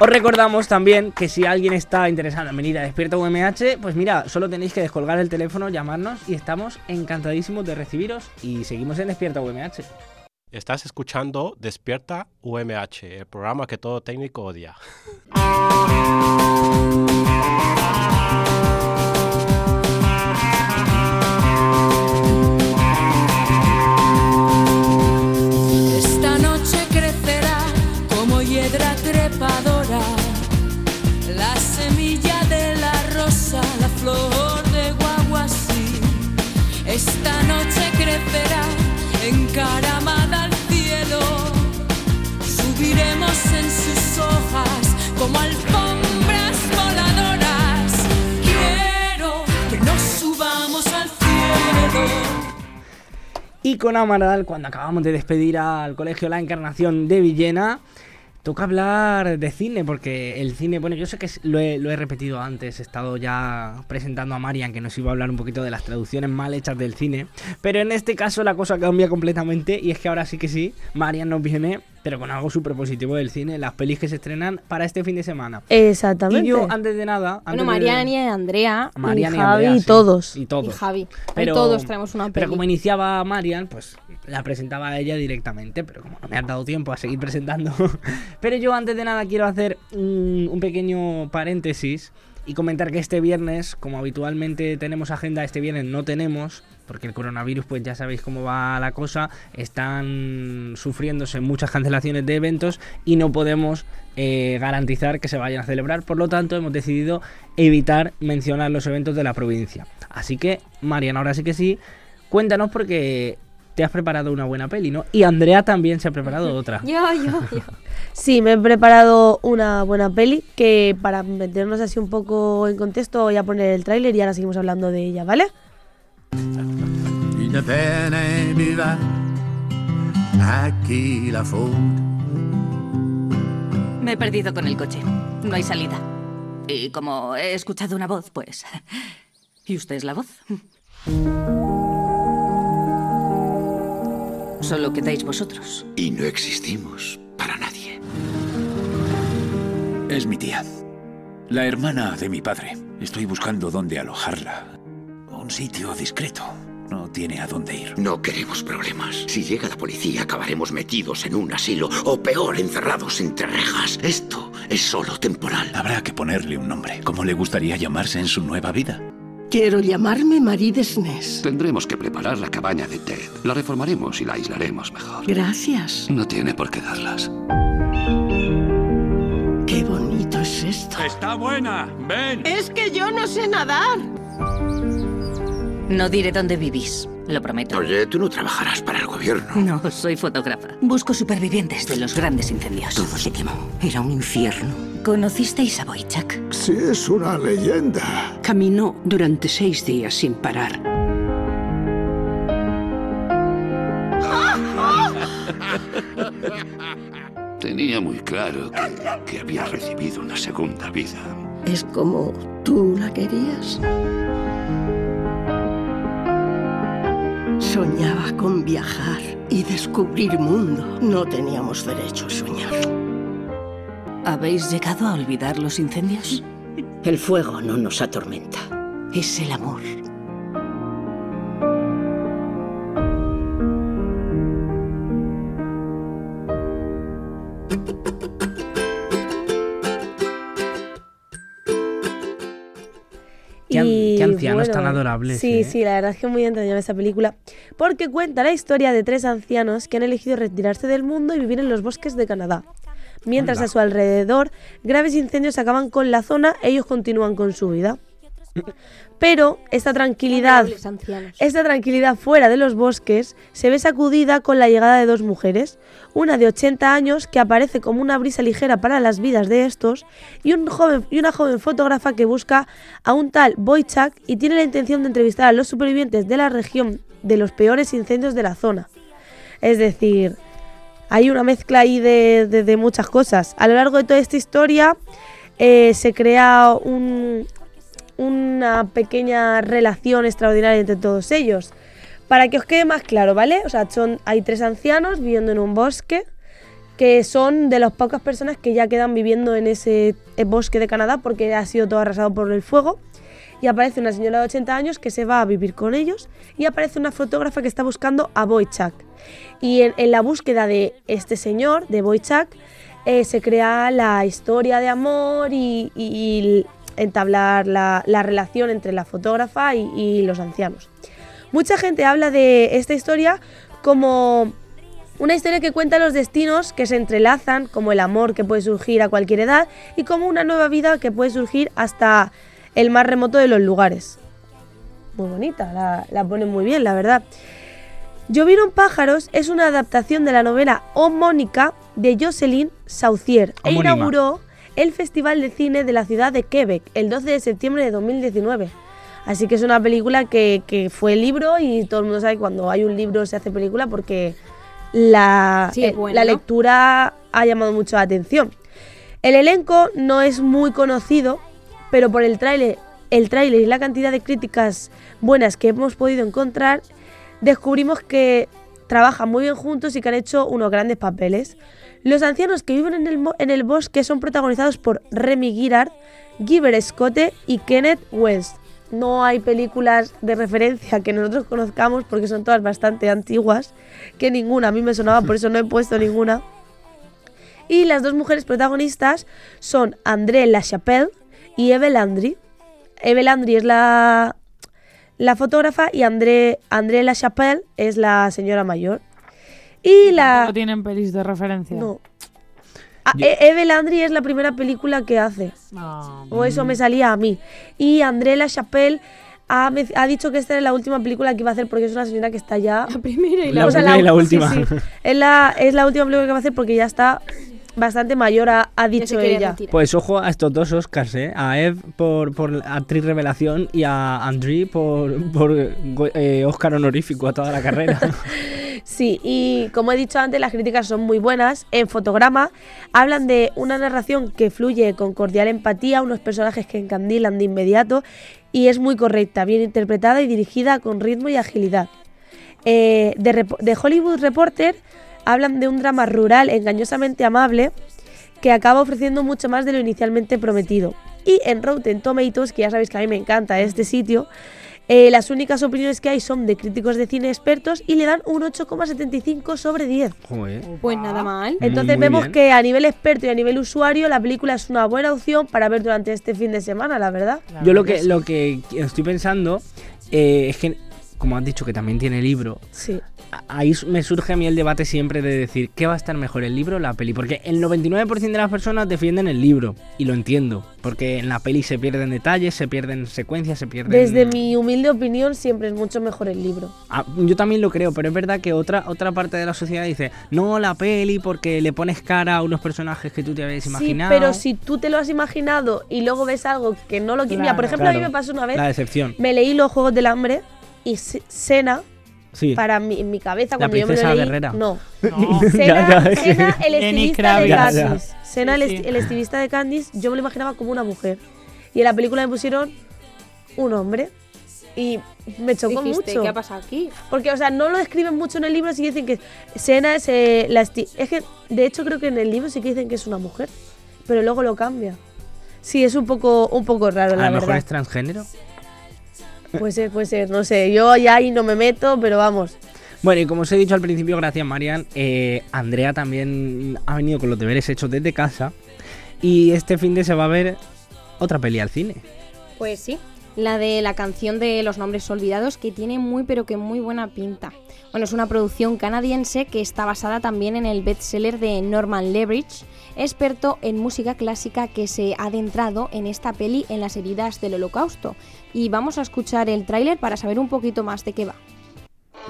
S2: Os recordamos también que si alguien está interesado en venir a Despierta UMH, pues mira, solo tenéis que descolgar el teléfono, llamarnos y estamos encantadísimos de recibiros y seguimos en Despierta UMH.
S16: Estás escuchando Despierta UMH, el programa que todo técnico odia.
S11: Esta noche crecerá como hiedra trepadora la semilla de la rosa, la flor de
S2: Y con Amaral, cuando acabamos de despedir al Colegio La Encarnación de Villena, toca hablar de cine, porque el cine, bueno, yo sé que es- lo he, lo he repetido antes, he estado ya presentando a Marian que nos iba a hablar un poquito de las traducciones mal hechas del cine, pero en este caso la cosa cambia completamente y es que ahora sí que sí, Marian nos viene, pero con algo súper positivo del cine, las pelis que se estrenan para este fin de semana.
S7: Exactamente.
S2: Y yo, antes de nada. Antes
S3: Bueno,
S2: de-
S3: Mariana y Andrea.
S2: Marian
S3: y
S2: y Andrea,
S3: Javi.
S2: sí. Y
S3: Y
S2: todos.
S3: Javi. Hoy
S2: Pero-
S3: todos traemos una
S2: Pero
S3: peli.
S2: como iniciaba Marian, pues la presentaba a ella directamente, pero como no me has dado tiempo a seguir presentando. pero yo antes de nada quiero hacer un, un pequeño paréntesis y comentar que este viernes, como habitualmente tenemos agenda, este viernes no tenemos, porque el coronavirus, pues ya sabéis cómo va la cosa, están sufriéndose muchas cancelaciones de eventos y no podemos eh, garantizar que se vayan a celebrar, por lo tanto hemos decidido evitar mencionar los eventos de la provincia. Así que, Marian, ahora sí que sí, Cuéntanos porque te has preparado una buena peli, ¿no? Y Andrea también se ha preparado otra.
S3: Yo, yo, yo.
S7: Sí, me he preparado una buena peli que para meternos así un poco en contexto voy a poner el tráiler y ahora seguimos hablando de ella, ¿vale?
S17: Une peine imbuvable à qui la faute.
S18: Me he perdido con el coche. No hay salida. Y como he escuchado una voz, pues... ¿Y usted es la voz? Solo quedáis vosotros.
S19: Y no existimos para nadie. Es mi tía. La hermana de mi padre. Estoy buscando dónde alojarla. Un sitio discreto. No tiene a dónde ir.
S20: No queremos problemas. Si llega la policía, acabaremos metidos en un asilo o peor, encerrados entre rejas. Esto es solo temporal.
S19: Habrá que ponerle un nombre. ¿Cómo le gustaría llamarse en su nueva vida?
S21: Quiero llamarme Marie Desnés.
S19: Tendremos que preparar la cabaña de Ted. La reformaremos y la aislaremos mejor.
S21: Gracias.
S19: No tiene por qué darlas.
S21: Qué bonito es esto.
S19: Está buena. Ven.
S21: Es que yo no sé nadar.
S18: No diré dónde vivís, lo prometo.
S20: Oye, tú no trabajarás para el gobierno.
S21: Mm.
S18: No, soy fotógrafa. Busco supervivientes de los grandes incendios. Todo se quemó. Era un infierno. ¿Conocisteis a Boychak?
S21: Sí, es una leyenda. Caminó durante seis días sin parar.
S19: Tenía muy claro que, que había recibido una segunda vida.
S21: Es como tú la querías. Soñaba con viajar y descubrir mundo. No teníamos derecho a soñar.
S18: ¿Habéis llegado a olvidar los incendios?
S21: El fuego no nos atormenta. Es el amor.
S2: Qué an-
S7: Y,
S2: qué ancianos tan adorables,
S7: Sí,
S2: ¿eh?
S7: sí, la verdad es que es muy entretenida esta película. Porque cuenta la historia de tres ancianos que han elegido retirarse del mundo y vivir en los bosques de Canadá. Mientras
S22: Anda.
S7: a su alrededor graves incendios acaban con la zona, ellos continúan con su vida. Pero esta tranquilidad,
S3: Los ancianos.
S7: esta tranquilidad fuera de los bosques se ve sacudida con la llegada de dos mujeres, una de 80 años que aparece como una brisa ligera para las vidas de estos y, un joven, y una joven fotógrafa que busca a un tal Boychak y tiene la intención de entrevistar a los supervivientes de la región de los peores incendios de la zona. Es decir, hay una mezcla ahí de, de- de muchas cosas. A lo largo de toda esta historia eh, se crea un- una pequeña relación extraordinaria entre todos ellos. Para que os quede más claro, ¿vale? O sea, son, hay tres ancianos viviendo en un bosque que son de las pocas personas que ya quedan viviendo en ese eh, bosque de Canadá porque ha sido todo arrasado por el fuego. Y aparece una señora de 80 años que se va a vivir con ellos y aparece una fotógrafa que está buscando a Boychak. Y en, en la búsqueda de este señor, de Boychak, eh, se crea la historia de amor y, y- y entablar la, la relación entre la fotógrafa y- y los ancianos. Mucha gente habla de esta historia como una historia que cuenta los destinos que se entrelazan, como el amor que puede surgir a cualquier edad y como una nueva vida que puede surgir hasta el más remoto de los lugares. Muy bonita, la, la ponen muy bien, la verdad. Llovieron pájaros es una adaptación de la novela homónica de Jocelyn Saucier e
S23: Homónima.
S7: inauguró el Festival de Cine de la ciudad de Quebec el 12 de septiembre de 2019. Así que es una película que, que fue libro y todo el mundo sabe que cuando hay un libro se hace película porque la,
S3: Sí, es
S7: eh,
S3: bueno,
S7: la
S3: ¿no?
S7: lectura ha llamado mucho la atención. El elenco no es muy conocido, pero por el tráiler el tráiler y la cantidad de críticas buenas que hemos podido encontrar, descubrimos que trabajan muy bien juntos y que han hecho unos grandes papeles. Los ancianos que viven en el, mo- en el bosque son protagonizados por Remy Girard, Giver Scott y Kenneth West. No hay películas de referencia que nosotros conozcamos porque son todas bastante antiguas, que ninguna a mí me sonaba, por eso no he puesto ninguna. Y las dos mujeres protagonistas son André Lachapelle y Eve Landry. Eve Landry es la, la fotógrafa y André, André Lachapelle es la señora mayor. Y la...
S4: No tienen pelis de referencia.
S7: No. Ah, E- Eve Landry es la primera película que hace. O
S2: Mm.
S7: eso me salía a mí. Y André Lachapelle ha, me- ha dicho que esta era la última película que iba a hacer porque es una señora que está ya. La primera
S2: y la La última. primera y la última.
S7: Es, la, es la última película que va a hacer porque ya está bastante mayor, ha, ha dicho ella.
S2: Pues ojo a estos dos Oscars, ¿eh? A Eve por, por actriz revelación y a Andrew por, por eh, Oscar honorífico a toda la carrera.
S7: Sí, y como he dicho antes, las críticas son muy buenas. En fotograma hablan de una narración que fluye con cordial empatía, unos personajes que encandilan de inmediato y es muy correcta, bien interpretada y dirigida con ritmo y agilidad. Eh, de, Rep- de Hollywood Reporter hablan de un drama rural engañosamente amable que acaba ofreciendo mucho más de lo inicialmente prometido. Y en Rotten Tomatoes, que ya sabéis que a mí me encanta este sitio, eh, las únicas opiniones que hay son de críticos de cine expertos y le dan un 8,75 sobre 10.
S3: Pues nada mal.
S7: Entonces
S3: Muy
S7: vemos
S3: bien.
S7: que a nivel experto y a nivel usuario la película es una buena opción para ver durante este fin de semana, la verdad.
S2: Yo lo que, lo que estoy pensando eh, es que, como has dicho, que también tiene libro.
S7: Sí.
S2: a- Ahí s- me surge a mí el debate siempre de decir, ¿qué va a estar mejor, el libro o la peli? Porque el 99% de las personas defienden el libro, y lo entiendo, porque en la peli se pierden detalles, se pierden secuencias, se pierden...
S7: Desde mi humilde opinión siempre es mucho mejor el libro.
S2: Ah, yo también lo creo, pero es verdad que otra, otra parte de la sociedad dice, no, la peli porque le pones cara a unos personajes que tú te habías imaginado.
S7: Sí, pero si tú te lo has imaginado y luego ves algo que no lo quieres. Mira, por
S2: Claro.
S7: ejemplo, a mí
S2: Claro.
S7: me pasó una vez.
S2: La decepción.
S7: Me leí Los Juegos del Hambre y se- Cena.
S2: Sí.
S7: Para mi, en mi cabeza,
S2: La
S7: cuando yo me lo
S2: princesa
S7: leí.
S2: guerrera.
S7: No.
S2: No.
S7: Cena,
S2: Ya, ya, es
S7: Cena,
S2: que-
S7: el
S2: Lenny
S7: estilista de
S2: Kravitz. Ya,
S7: Candice.
S2: ya.
S7: Cena, el,
S2: Sí,
S7: est-
S2: sí.
S7: el estilista de Candice, yo me lo imaginaba como una mujer. Y en la película me pusieron un hombre. Y me chocó
S3: Dijiste,
S7: mucho.
S3: ¿qué ha pasado aquí?
S7: Porque, o sea, no lo describen mucho en el libro, así que dicen que Sena es eh, la esti- Es que, de hecho, creo que en el libro sí que dicen que es una mujer, pero luego lo cambia. Sí, es un poco, un poco raro,
S2: a
S7: la
S2: lo mejor
S7: verdad.
S2: es transgénero.
S7: Puede ser, puede ser, no sé. Yo ya ahí no me meto, pero vamos.
S2: Bueno, y como os he dicho al principio, gracias Marian, eh, Andrea también ha venido con los deberes hechos desde casa y este fin de se va a ver otra peli al cine.
S3: Pues sí, la de la canción de los nombres olvidados que tiene muy pero que muy buena pinta. Bueno, es una producción canadiense que está basada también en el bestseller de Norman Leveridge, experto en música clásica que se ha adentrado en esta peli en las heridas del holocausto. Y vamos a escuchar el tráiler para saber un poquito más de qué va.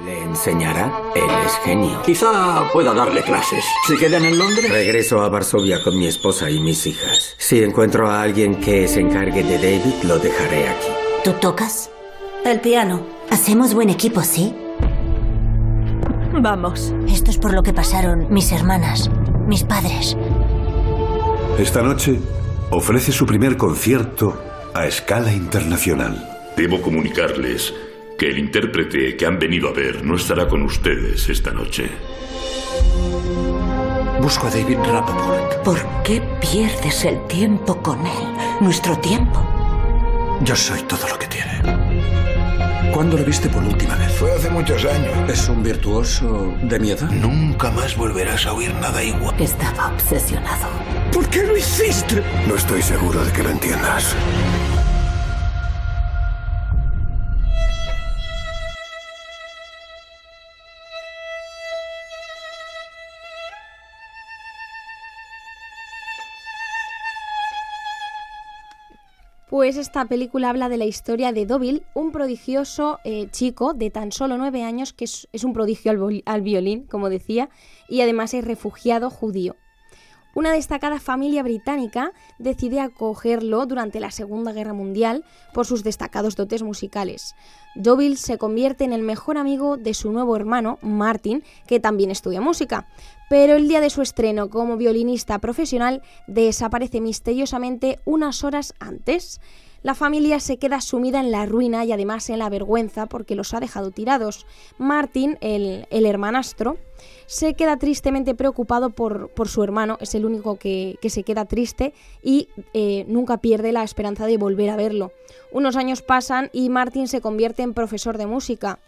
S24: Le enseñará, él es genio. Quizá pueda darle clases. ¿Se quedan en Londres? Regreso a Varsovia con mi esposa y mis hijas. Si encuentro a alguien que se encargue de David, lo dejaré aquí.
S10: ¿Tú tocas? El piano. Hacemos buen equipo, ¿sí? Vamos. Esto es por lo que pasaron mis hermanas, mis padres.
S22: Esta noche ofrece su primer concierto a escala internacional.
S23: Debo comunicarles que el intérprete que han venido a ver no estará con ustedes esta noche.
S24: Busco a David Rappaport.
S10: ¿Por qué pierdes el tiempo con él? Nuestro tiempo.
S24: Yo soy todo lo que tiene. ¿Cuándo lo viste por última vez? Fue hace muchos años. ¿Es un virtuoso de mi edad? Nunca más volverás a oír nada igual.
S10: Estaba obsesionado.
S24: ¿Por qué lo hiciste? No estoy seguro de que lo entiendas.
S3: Pues esta película habla de la historia de Dovil, un prodigioso eh, chico de tan solo nueve años que es, es un prodigio al, vol- al violín, como decía, y además es refugiado judío. una destacada familia británica decide acogerlo durante la Segunda Guerra Mundial por sus destacados dotes musicales. Doville se convierte en el mejor amigo de su nuevo hermano, Martin, que también estudia música. Pero el día de su estreno como violinista profesional desaparece misteriosamente unas horas antes. La familia se queda sumida en la ruina y además en la vergüenza porque los ha dejado tirados. Martin, el, el hermanastro, se queda tristemente preocupado por, por su hermano, es el único que, que se queda triste y eh, nunca pierde la esperanza de volver a verlo. Unos años pasan y Martin se convierte en profesor de música.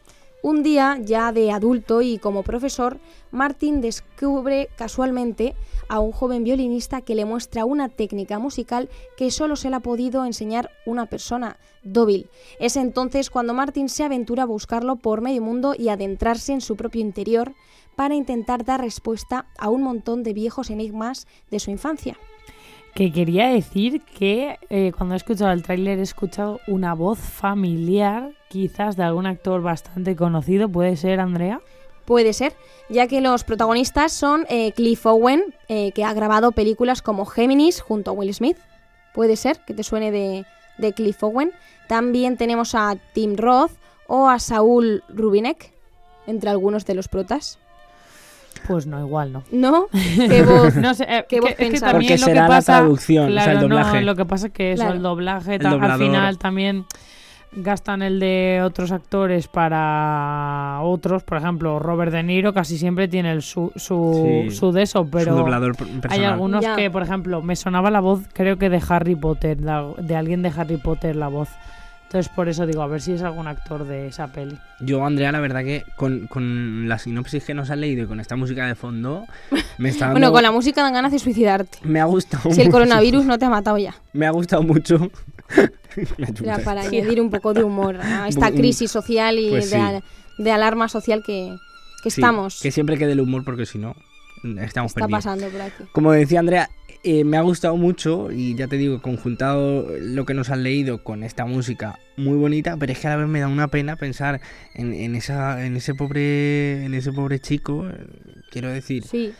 S3: Un día, ya de adulto y como profesor, Martin descubre casualmente a un joven violinista que le muestra una técnica musical que solo se le ha podido enseñar una persona, Dovil. Es entonces cuando Martin se aventura a buscarlo por medio mundo y adentrarse en su propio interior para intentar dar respuesta a un montón de viejos enigmas de su infancia.
S4: Que quería decir que eh, cuando he escuchado el tráiler he escuchado una voz familiar, quizás de algún actor bastante conocido, puede ser Andrea.
S3: Puede ser, ya que los protagonistas son eh, Cliff Owen, eh, que ha grabado películas como Géminis junto a Will Smith. Puede ser que te suene de, de Cliff Owen. También tenemos a Tim Roth o a Saul Rubinek, entre algunos de los protas.
S4: Pues no, igual no.
S3: ¿No? ¿Qué voz,
S4: no sé, eh,
S3: qué
S4: que-
S3: voz
S4: es que
S3: pensabas?
S4: también
S2: Porque
S4: lo que
S2: será la
S4: pasa-
S2: traducción, o sea, el
S4: claro, no,
S2: doblaje.
S4: lo que pasa es que eso,
S3: Claro.
S4: el doblaje,
S2: El
S4: ta- al
S2: doblador.
S4: final también gastan el de otros actores para otros. Por ejemplo, Robert De Niro casi siempre tiene el su, su,
S2: Sí.
S4: su de eso, pero
S2: doblador per-
S4: hay
S2: personal.
S4: algunos
S2: Ya.
S4: que, por ejemplo, me sonaba la voz, creo que de Harry Potter, de, de alguien de Harry Potter la voz. Entonces, por eso digo, a ver si es algún actor de esa peli.
S2: Yo, Andrea, la verdad que con, con la sinopsis que nos has leído y con esta música de fondo, me está dando-
S3: Bueno, con la música dan ganas de suicidarte.
S2: Me ha gustado
S3: Si el
S2: mucho.
S3: coronavirus no te ha matado ya.
S2: Me ha gustado mucho. Me
S3: Era
S2: ayuda.
S3: para añadir un poco de humor a esta
S2: Un-
S3: crisis social y
S2: pues
S3: de,
S2: sí.
S3: al- de alarma social que, que
S2: Sí,
S3: estamos.
S2: Que siempre quede el humor porque si no, estamos
S3: está
S2: perdidos.
S3: pasando por aquí.
S2: Como decía Andrea, eh, me ha gustado mucho y ya te digo, conjuntado lo que nos has leído con esta música muy bonita, pero es que a la vez me da una pena pensar en, en esa, en ese pobre, en ese pobre chico. eh, Quiero decir,
S3: Sí.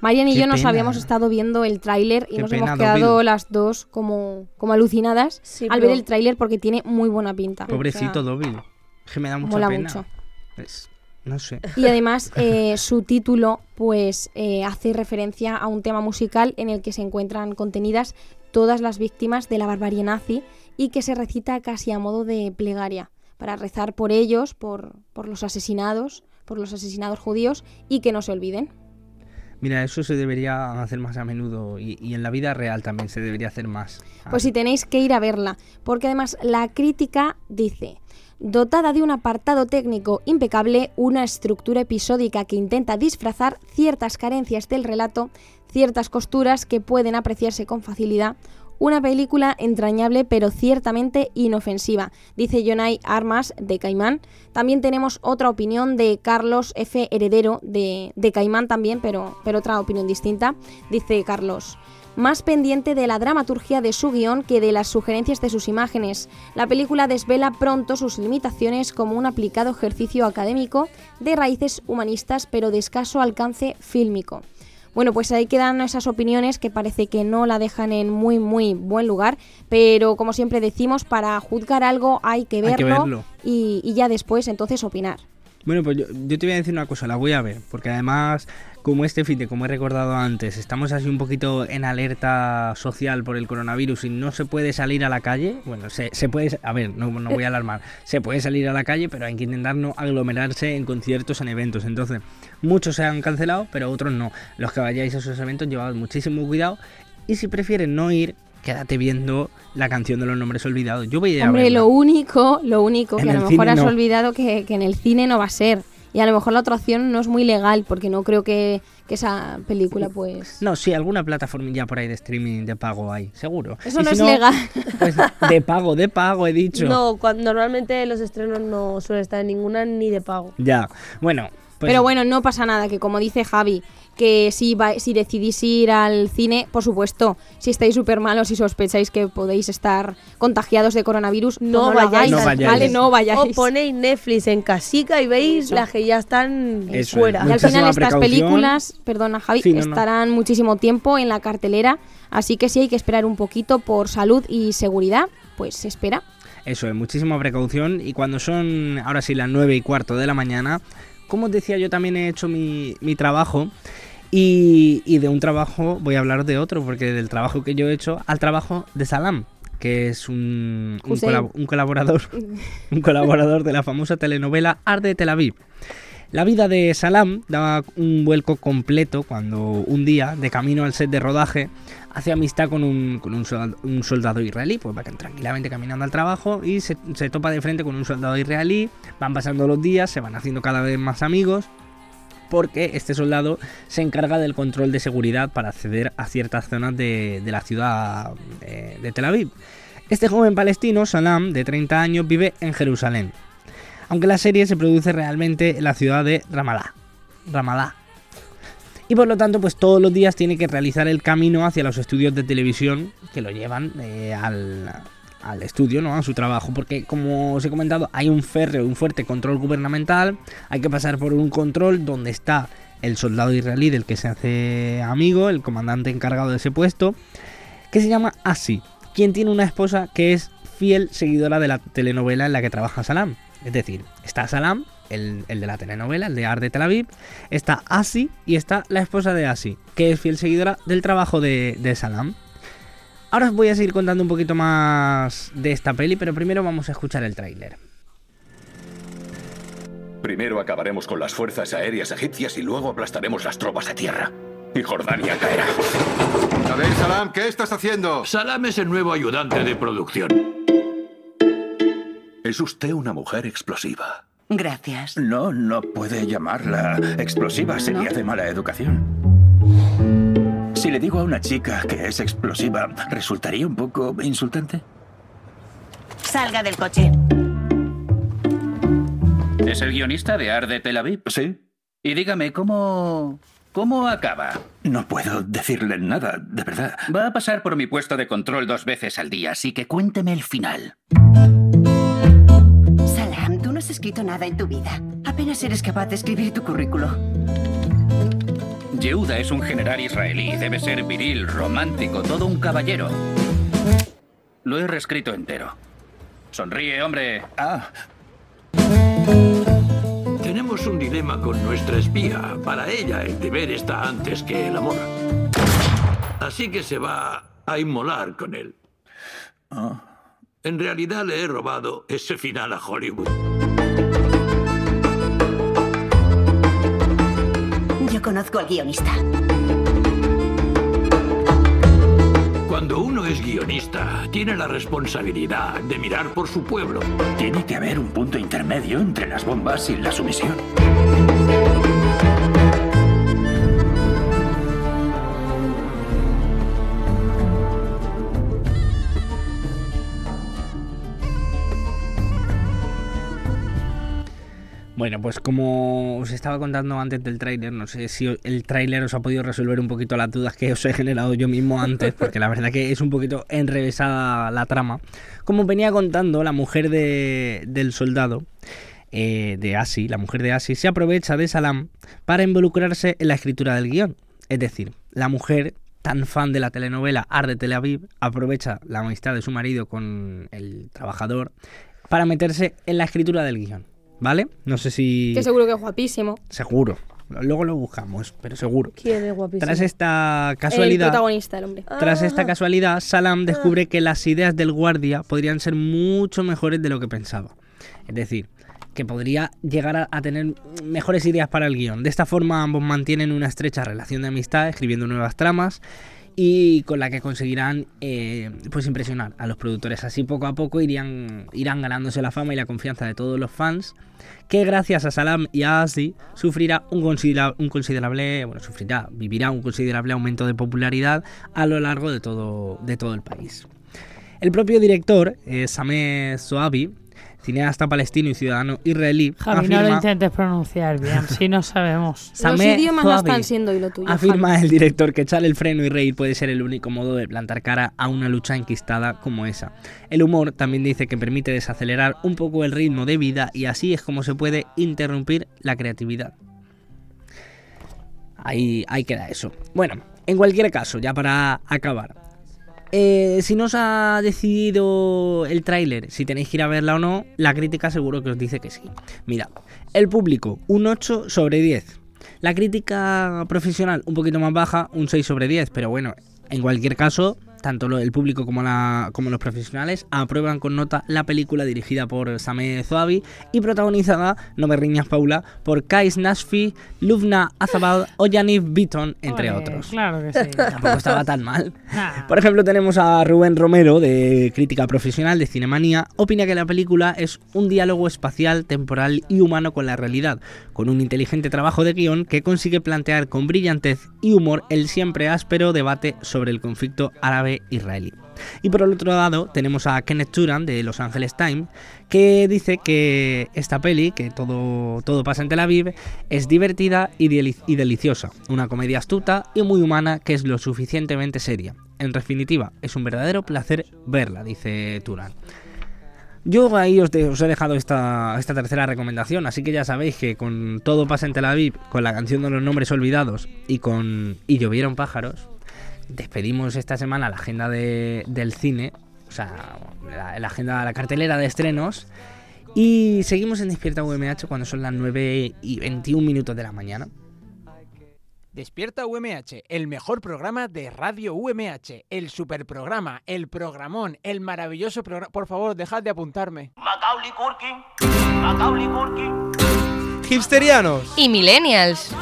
S3: Marian y
S2: Qué
S3: yo nos
S2: pena.
S3: habíamos estado viendo el tráiler y
S2: Qué
S3: nos
S2: pena,
S3: hemos quedado
S2: Dovil.
S3: las dos como, como alucinadas al
S7: pero-
S3: ver el tráiler porque tiene muy buena pinta.
S2: pobrecito
S3: O sea,
S2: Dovil, es que me da mucha
S3: mola
S2: pena.
S3: mucho.
S2: Es- no sé.
S3: Y además eh, su título pues eh, hace referencia a un tema musical en el que se encuentran contenidas todas las víctimas de la barbarie nazi y que se recita casi a modo de plegaria para rezar por ellos, por, por los asesinados, por los asesinados judíos y que no se olviden.
S2: Mira, eso se debería hacer más a menudo y, y en la vida real también se debería hacer más.
S3: Pues si tenéis que ir a verla, porque además la crítica dice, dotada de un apartado técnico impecable, una estructura episódica que intenta disfrazar ciertas carencias del relato, ciertas costuras que pueden apreciarse con facilidad, una película entrañable pero ciertamente inofensiva, dice Jonay Armas de Caimán. También tenemos otra opinión de Carlos F. Heredero de, de Caimán también, pero, pero otra opinión distinta. Dice Carlos, más pendiente de la dramaturgia de su guión que de las sugerencias de sus imágenes. La película desvela pronto sus limitaciones como un aplicado ejercicio académico de raíces humanistas pero de escaso alcance fílmico. Bueno, pues ahí quedan esas opiniones que parece que no la dejan en muy, muy buen lugar, pero como siempre decimos, para juzgar algo hay que verlo,
S2: Hay que verlo.
S3: Y, y ya después entonces opinar.
S2: Bueno, pues yo, yo te voy a decir una cosa, la voy a ver, porque además, como este fin de, como he recordado antes, estamos así un poquito en alerta social por el coronavirus y no se puede salir a la calle. Bueno, se, se puede, a ver, no, no voy a alarmar, se puede salir a la calle, pero hay que intentar no aglomerarse en conciertos, en eventos. Entonces, muchos se han cancelado, pero otros no. Los que vayáis a esos eventos, llevad muchísimo cuidado y si prefieres no ir, quédate viendo la canción de los nombres olvidados. Yo voy a ir a
S3: Hombre,
S2: verla.
S3: lo único, lo único
S2: En
S3: que a
S2: el
S3: lo mejor
S2: cine
S3: has
S2: no.
S3: olvidado que, que en el cine no va a ser. Y a lo mejor la otra opción no es muy legal, porque no creo que, que esa película, pues.
S2: No, sí, alguna plataforma ya por ahí de streaming de pago hay, seguro.
S3: Eso
S2: Y
S3: no
S2: si
S3: es legal.
S2: Pues de pago, de pago, he dicho.
S7: No, cuando, normalmente los estrenos no suelen estar en ninguna ni de pago.
S2: Ya, bueno. Pues,
S3: Pero bueno, no pasa nada, que como dice Javi, que si, va- si decidís ir al cine, por supuesto, si estáis súper malos y sospecháis que podéis estar contagiados de coronavirus, pues
S7: No,
S3: lo
S7: vayáis,
S3: hagáis, ¿vale? No
S7: O
S3: vayáis.
S7: ponéis Netflix en casica y veis las que ya están
S3: Eso es,
S7: fuera.
S3: Y al final estas
S7: precaución.
S3: películas, perdona Javi,
S7: Sí, no, no.
S3: estarán muchísimo tiempo en la cartelera, así que si hay que esperar un poquito por salud y seguridad, pues se espera.
S2: Eso es, muchísima precaución. Y cuando son ahora sí las 9 y cuarto de la mañana, como os decía, yo también he hecho mi, mi trabajo. Y, y de un trabajo voy a hablar de otro, porque del trabajo que yo he hecho al trabajo de Salam, que es un, un
S5: Hussein.
S2: colab- un colaborador, un colaborador de la famosa telenovela Arde de Tel Aviv. La vida de Salam daba un vuelco completo cuando un día, de camino al set de rodaje, hace amistad con un, con un solda- un soldado israelí, pues va tranquilamente caminando al trabajo y se, se topa de frente con un soldado israelí, van pasando los días, se van haciendo cada vez más amigos, porque este soldado se encarga del control de seguridad para acceder a ciertas zonas de, de la ciudad eh, de Tel Aviv. Este joven palestino, Salam, de 30 años, vive en Jerusalén, aunque la serie se produce realmente en la ciudad de Ramallah. Ramallah. Y por lo tanto, pues todos los días tiene que realizar el camino hacia los estudios de televisión que lo llevan eh, al, al estudio, ¿no? A su trabajo. Porque, como os he comentado, hay un férreo, un fuerte control gubernamental. Hay que pasar por un control donde está el soldado israelí del que se hace amigo, el comandante encargado de ese puesto, que se llama Asi, quien tiene una esposa que es fiel seguidora de la telenovela en la que trabaja Salam. Es decir, está Salam, el, el de la telenovela, el de Ar de Tel Aviv, está Asi y está la esposa de Asi, que es fiel seguidora del trabajo de, de Salam. Ahora os voy a seguir contando un poquito más de esta peli, pero primero vamos a escuchar el tráiler.
S23: Primero acabaremos con las fuerzas aéreas egipcias y luego aplastaremos las tropas de tierra. Y Jordania caerá.
S1: A ver, Salam, ¿qué estás haciendo?
S23: Salam es el nuevo ayudante de producción. Es usted una mujer explosiva.
S18: Gracias.
S1: No, no puede llamarla explosiva, sería de mala educación. Si le digo a una chica que es explosiva, ¿resultaría un poco insultante?
S18: Salga del coche.
S6: ¿Es el guionista de Arde Tel Aviv? Sí. Y dígame, ¿cómo. cómo acaba?
S1: No puedo decirle nada, de verdad.
S6: Va a pasar por mi puesto de control dos veces al día, así que cuénteme el final.
S18: Salam, tú no has escrito nada en tu vida. Apenas eres capaz de escribir tu currículo.
S6: Yehuda es un general israelí. Debe ser viril, romántico, todo un caballero. Lo he reescrito entero. Sonríe, hombre.
S1: Ah.
S6: Tenemos un dilema con nuestra espía. Para ella, el deber está antes que el amor.
S1: Así que se va a inmolar con él.
S6: Ah.
S1: En realidad le he robado ese final a Hollywood.
S18: Yo conozco al guionista.
S1: Cuando uno es guionista, tiene la responsabilidad de mirar por su pueblo.
S6: Tiene que haber un punto intermedio entre las bombas y la sumisión.
S2: Bueno, pues como os estaba contando antes del tráiler, no sé si el tráiler os ha podido resolver un poquito las dudas que os he generado yo mismo antes, porque la verdad que es un poquito enrevesada la trama. Como venía contando, la mujer de- del soldado, eh, de Asi, la mujer de Asi, se aprovecha de Salam para involucrarse en la escritura del guión. Es decir, la mujer, tan fan de la telenovela Arde Tel Aviv, aprovecha la amistad de su marido con el trabajador para meterse en la escritura del guión. ¿Vale? No sé si...
S3: Que seguro que es guapísimo.
S2: Seguro. Luego lo buscamos, pero seguro.
S7: ¿Quién es guapísimo?
S2: Tras esta casualidad...
S3: El protagonista, el hombre.
S2: Tras esta casualidad, Salam descubre que las ideas del guardia podrían ser mucho mejores de lo que pensaba. Es decir, que podría llegar a, a tener mejores ideas para el guión. De esta forma ambos mantienen una estrecha relación de amistad, escribiendo nuevas tramas y con la que conseguirán eh, pues impresionar a los productores. Así poco a poco irían, irán ganándose la fama y la confianza de todos los fans, que gracias a Salam y a Asi sufrirá un, considera- un considerable, bueno, sufrirá, vivirá un considerable aumento de popularidad a lo largo de todo, de todo el país. El propio director, eh, Sameh Soabi, cineasta palestino y ciudadano israelí,
S4: Javi, no lo
S2: afirma-
S4: intentes pronunciar bien, si no sabemos.
S2: Sameh Zoabi
S3: siendo hilo tuyo,
S2: Afirma
S3: Javi.
S2: el director que echar el freno y reír puede ser el único modo de plantar cara a una lucha enquistada como esa. El humor también dice que permite desacelerar un poco el ritmo de vida y así es como se puede interrumpir la creatividad. Ahí, ahí queda eso. Bueno, en cualquier caso, ya para acabar. eh, si no os ha decidido el tráiler, si tenéis que ir a verla o no, la crítica seguro que os dice que sí. Mira, el público, un 8 sobre 10. La crítica profesional, un poquito más baja, un 6 sobre 10. Pero bueno, en cualquier caso, tanto lo- el público como, la- como los profesionales aprueban con nota la película dirigida por Sameh Zoabi y protagonizada, no me riñas Paula, por Kais Nashfi, Lubna Azabal o Yaniv Beaton, entre
S4: Hombre,
S2: otros.
S4: Claro que sí.
S2: Tampoco estaba tan mal. Por ejemplo, tenemos a Rubén Romero, de Crítica Profesional de Cinemanía, opina que la película es un diálogo espacial, temporal y humano con la realidad, con un inteligente trabajo de guión que consigue plantear con brillantez y humor el siempre áspero debate sobre el conflicto árabe-israelí. Y por el otro lado tenemos a Kenneth Turan de Los Angeles Times que dice que esta peli, que todo, todo pasa en Tel Aviv, es divertida y, deli- y deliciosa, una comedia astuta y muy humana que es lo suficientemente seria. En definitiva, es un verdadero placer verla, dice Turan. Yo ahí os, de- os he dejado esta, esta tercera recomendación, así que ya sabéis que con Todo pasa en Tel Aviv, con la canción de los nombres olvidados y con Y llovieron pájaros, despedimos esta semana la agenda de- del cine, o sea, la, la agenda, la cartelera de estrenos. Y seguimos en Despierta UMH cuando son las 9 y 21 minutos de la mañana.
S8: Despierta UMH, el mejor programa de Radio UMH, el superprograma, el programón, el maravilloso programa. Por favor, dejad de apuntarme.
S11: Macaulay Culkin, Macaulay Culkin,
S8: Hipsterianos.
S5: Y millennials.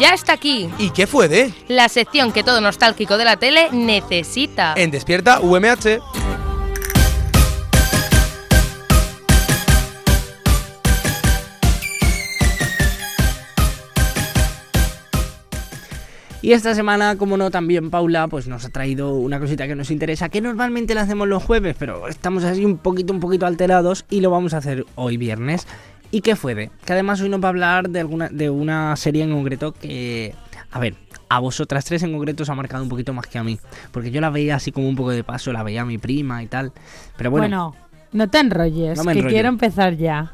S5: Ya está aquí.
S8: ¿Y qué fue de?
S5: La sección que todo nostálgico de la tele necesita.
S8: En Despierta UMH.
S2: Y esta semana, como no, también Paula pues nos ha traído una cosita que nos interesa, que normalmente la hacemos los jueves, pero estamos así un poquito, un poquito alterados y lo vamos a hacer hoy viernes. ¿Y qué fue de? Que además hoy nos va a hablar de, alguna, de una serie en concreto que, a ver, a vosotras tres en concreto os ha marcado un poquito más que a mí. Porque yo la veía así como un poco de paso, la veía a mi prima y tal. Pero bueno,
S4: Bueno, no te enrolles,
S2: No me
S4: que
S2: enrollo.
S4: quiero empezar ya.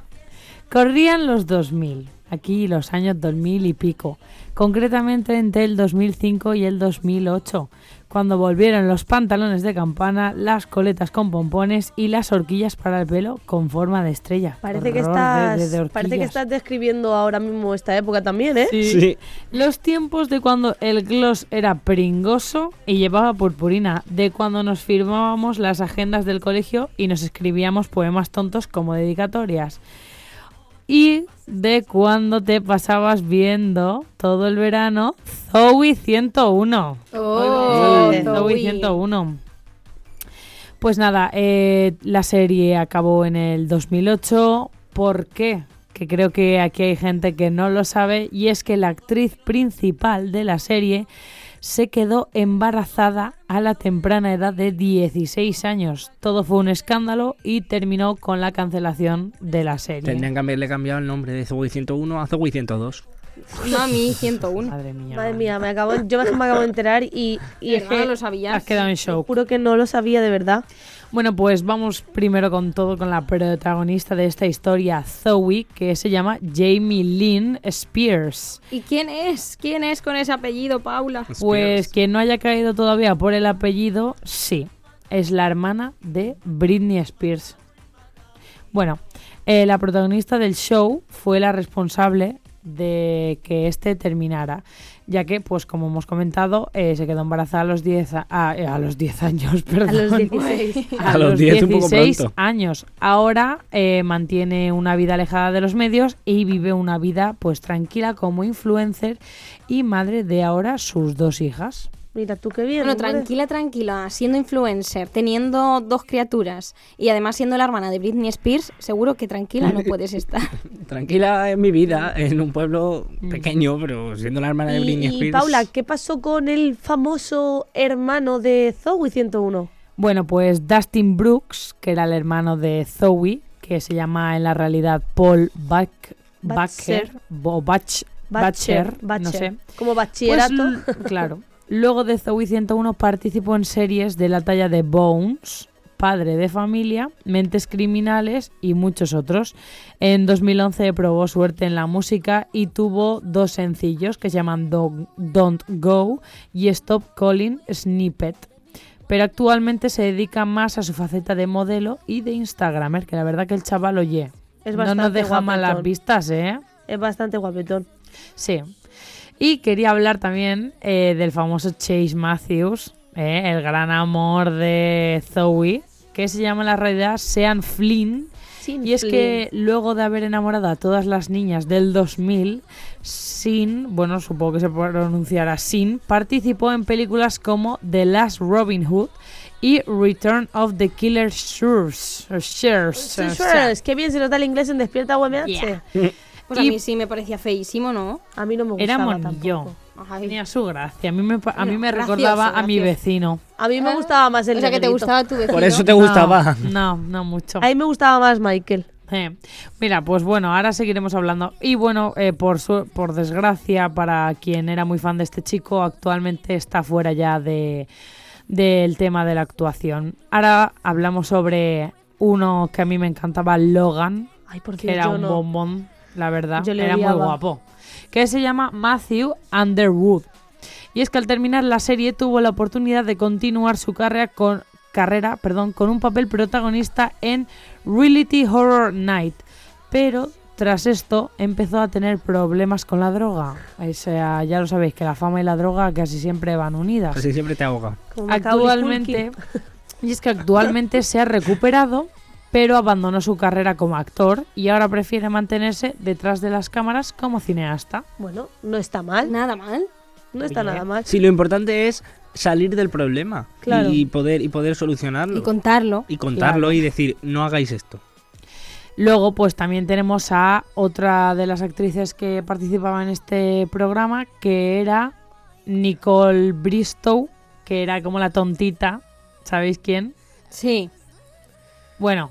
S4: Corrían los 2000, aquí los años 2000 y pico, concretamente entre el 2005 y el 2008, cuando volvieron los pantalones de campana, las coletas con pompones y las horquillas para el pelo con forma de estrella.
S7: Parece que,
S4: Horror de-
S7: estás,
S4: de- de
S7: parece que
S4: horquillas.
S7: estás describiendo ahora mismo esta época también, ¿eh?
S4: Sí. Los tiempos de cuando el gloss era pringoso y llevaba purpurina, de cuando nos firmábamos las agendas del colegio y nos escribíamos poemas tontos como dedicatorias. Y de cuando te pasabas viendo todo el verano Zoe 101.
S5: Oh,
S4: Zoe
S5: Zoe.
S4: 101. Pues nada, eh, la serie acabó en el 2008. ¿Por qué? Que creo que aquí hay gente que no lo sabe. Y es que la actriz principal de la serie se quedó embarazada a la temprana edad de 16 años. Todo fue un escándalo y terminó con la cancelación de la serie.
S2: tendrían que haberle cambiado el nombre de Zoey 101 a Zoey 102.
S3: Mami, 101.
S4: Madre mía.
S7: Madre mía, me acabo, yo me acabo de enterar y, y es
S3: Perdona,
S7: que
S3: no lo sabías.
S4: Has quedado en shock.
S7: juro que no lo sabía de verdad.
S4: Bueno, pues vamos primero con todo con la protagonista de esta historia, Zoe, que se llama Jamie Lynn Spears.
S3: ¿Y quién es? ¿Quién es con ese apellido, Paula?
S4: Pues quien no haya caído todavía por el apellido, sí, es la hermana de Britney Spears. Bueno, eh, la protagonista del show fue la responsable de que este terminara, ya que, pues como hemos comentado, eh, se quedó embarazada a los 10 a, a- eh, a los 10 años, perdón.
S7: los 16.
S4: A los 10 un poco pronto. años. Ahora eh, mantiene una vida alejada de los medios y vive una vida pues tranquila como influencer y madre de ahora sus dos hijas.
S7: Mira tú qué bien.
S3: Bueno,
S7: hombre.
S3: tranquila, tranquila. Siendo influencer, teniendo dos criaturas y además siendo la hermana de Britney Spears, seguro que tranquila no puedes estar.
S2: Tranquila en mi vida, en un pueblo pequeño, pero siendo la hermana de Britney
S7: Mm. Y, y
S2: Spears.
S7: Paula, ¿qué pasó con el famoso hermano de Zoe 101?
S4: Bueno, pues Dustin Brooks, que era el hermano de Zoe, que se llama en la realidad Paul Bach,
S7: Batcher.
S4: Bacher, o Bach, Bacher, no sé.
S7: Como bachillerato.
S4: Pues, l- claro. Luego de Zoe 101 participó en series de la talla de Bones, Padre de Familia, Mentes Criminales y muchos otros. En 2011 probó suerte en la música y tuvo dos sencillos que se llaman Don- Don't Go y Stop Calling Snippet. Pero actualmente se dedica más a su faceta de modelo y de Instagramer, que la verdad que el chaval oye.
S7: Es
S4: no nos
S7: bastante
S4: deja malas
S7: guapetón.
S4: vistas, ¿eh?
S7: Es bastante guapetón.
S4: Sí. Y quería hablar también eh, del famoso Chase Matthews, eh, el gran amor de Zoe, que se llama en la realidad Sean Flynn.
S7: Sin
S4: y es
S7: Flynn.
S4: que luego de haber enamorado a todas las niñas del 2000, Sin, bueno, supongo que se pronunciará Sin, participó en películas como The Last Robin Hood y Return of the Killer Shrews. Shrews,
S7: Sí, Schwartz, Qué bien se nota el inglés en Despierta UMH.
S3: Pues a mí sí me parecía feísimo, ¿no?
S7: A mí no me
S4: Era
S7: gustaba
S4: monillo.
S3: Ajá,
S4: Tenía su gracia. A mí me, pa- a mí me
S7: gracioso,
S4: recordaba a mi
S7: gracioso.
S4: vecino.
S7: A mí me gustaba más
S3: Ah.
S7: el
S3: o sea, que te
S7: negrito.
S3: gustaba tu vecino.
S2: Por eso te gustaba.
S4: No, no mucho.
S7: A mí me gustaba más Michael.
S4: Eh, Mira, pues bueno, ahora seguiremos hablando. Y bueno, eh, por, su- por desgracia, para quien era muy fan de este chico, actualmente está fuera ya de, del tema de la actuación. Ahora hablamos sobre uno que a mí me encantaba, Logan,
S7: Ay, por
S4: que
S7: Dios,
S4: era
S7: yo
S4: un
S7: no.
S4: bombón, la verdad.
S7: Yo le
S4: era muy
S7: odiaba.
S4: guapo. Que se llama Matthew Underwood. Y es que al terminar la serie tuvo la oportunidad de continuar su carrera con, carrera, perdón, con un papel protagonista en Reality Horror Night. Pero tras esto empezó a tener problemas con la droga. O sea, ya lo sabéis que la fama y la droga casi siempre van unidas.
S2: Así siempre te ahoga.
S4: Actualmente, y es que actualmente se ha recuperado, pero abandonó su carrera como actor y ahora prefiere mantenerse detrás de las cámaras como cineasta.
S7: Bueno, no está mal.
S3: Nada mal.
S7: No está nada mal.
S2: Sí, lo importante es salir del problema
S7: Claro.
S2: y poder y poder solucionarlo
S3: Y contarlo.
S2: Mm. y contarlo y decir no hagáis esto.
S4: Luego, pues también tenemos a otra de las actrices que participaba en este programa, que era Nicole Bristow, que era como la tontita. ¿Sabéis quién?
S3: Sí.
S4: Bueno,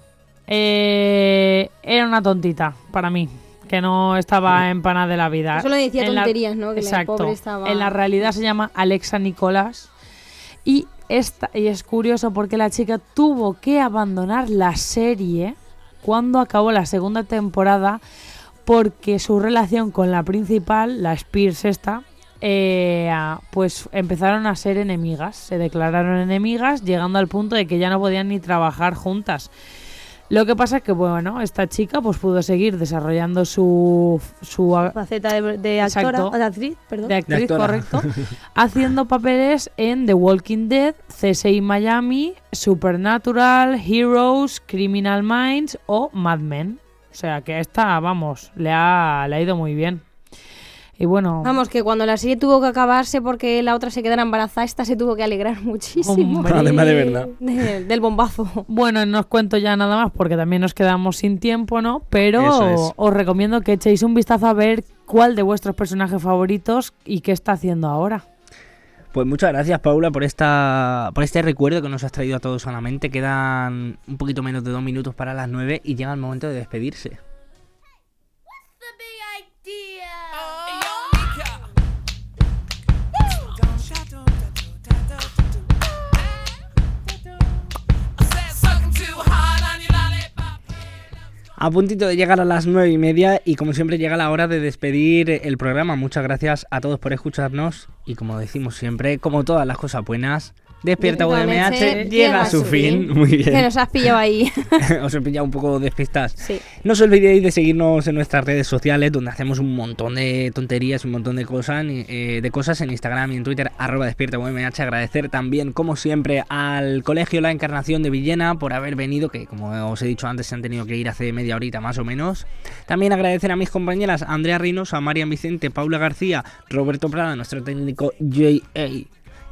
S4: eh, era una tontita para mí, que no estaba en pana de la vida.
S3: Solo decía
S4: Ah, En la-
S3: tonterías, ¿no? Que la
S4: Exacto.
S3: pobre estaba-
S4: En la realidad se llama Alexa Nicolás. Y, esta, y es curioso porque la chica tuvo que abandonar la serie cuando acabó la segunda temporada porque su relación con la principal, la Spears esta, eh, pues empezaron a ser enemigas, se declararon enemigas, llegando al punto de que ya no podían ni trabajar juntas. Lo que pasa es que, bueno, esta chica pues pudo seguir desarrollando su, su a-
S7: Faceta de, de actora,
S4: Exacto.
S7: o de actriz, perdón.
S4: de actriz, correcto, haciendo papeles en The Walking Dead, CSI Miami, Supernatural, Heroes, Criminal Minds o Mad Men. O sea que esta, vamos, le ha, le ha ido muy bien. Y bueno,
S3: Vamos, que cuando la serie tuvo que acabarse porque la otra se quedara embarazada, esta se tuvo que alegrar muchísimo.
S4: Hombre. Además, de verdad.
S3: De- del bombazo.
S4: Bueno, no os cuento ya nada más porque también nos quedamos sin tiempo, ¿no?
S3: Eso
S4: Pero
S3: es.
S4: os recomiendo que echéis un vistazo a ver cuál de vuestros personajes favoritos y qué está haciendo ahora.
S2: Pues muchas gracias Paula por esta por este recuerdo que nos has traído a todos a la mente. Quedan un poquito menos de dos minutos para las nueve y llega el momento de despedirse. A puntito de llegar a las nueve y media y como siempre llega la hora de despedir el programa. Muchas gracias a todos por escucharnos y como decimos siempre, como todas las cosas buenas, despierta UMH llega a su fin. Muy
S3: Que
S2: bien.
S3: nos has pillado ahí.
S2: Os he pillado un poco despistas.
S3: Sí.
S2: No os olvidéis de seguirnos en nuestras redes sociales donde hacemos un montón de tonterías, un montón de cosas, ni- eh, de cosas en Instagram y en Twitter, arroba despierta UMH. Agradecer también, como siempre, al Colegio La Encarnación de Villena por haber venido, que como os he dicho antes, se han tenido que ir hace media horita más o menos. También agradecer a mis compañeras Andrea Reynosa, Marian Vicente, Paula García, Roberto Prada, nuestro técnico J.A.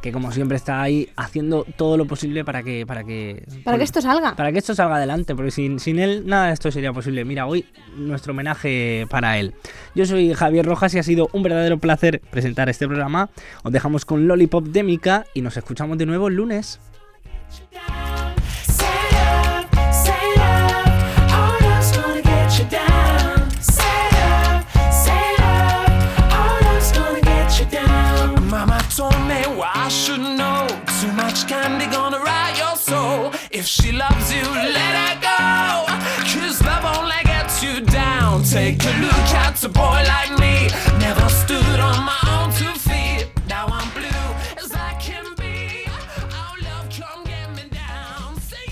S2: que como siempre está ahí haciendo todo lo posible para que para que
S18: Para que esto salga.
S2: para que esto salga adelante, porque sin, sin él nada de esto sería posible. Mira, hoy nuestro homenaje para él. Yo soy Javier Rojas y ha sido un verdadero placer presentar este programa. Os dejamos con Lollipop de Mica y nos escuchamos de nuevo el lunes.
S25: Say love, say love, all love's gonna get you down. Say love, say love, all love's gonna get you down.
S11: Mama told me what I should know. Too much candy gonna rot your soul. If she loves you, let her go. Cause love only gets you down. Take a look at a boy like me. Never stood on my own two feet. Now I'm blue as I can be. Oh, love, come get me down. Sing it.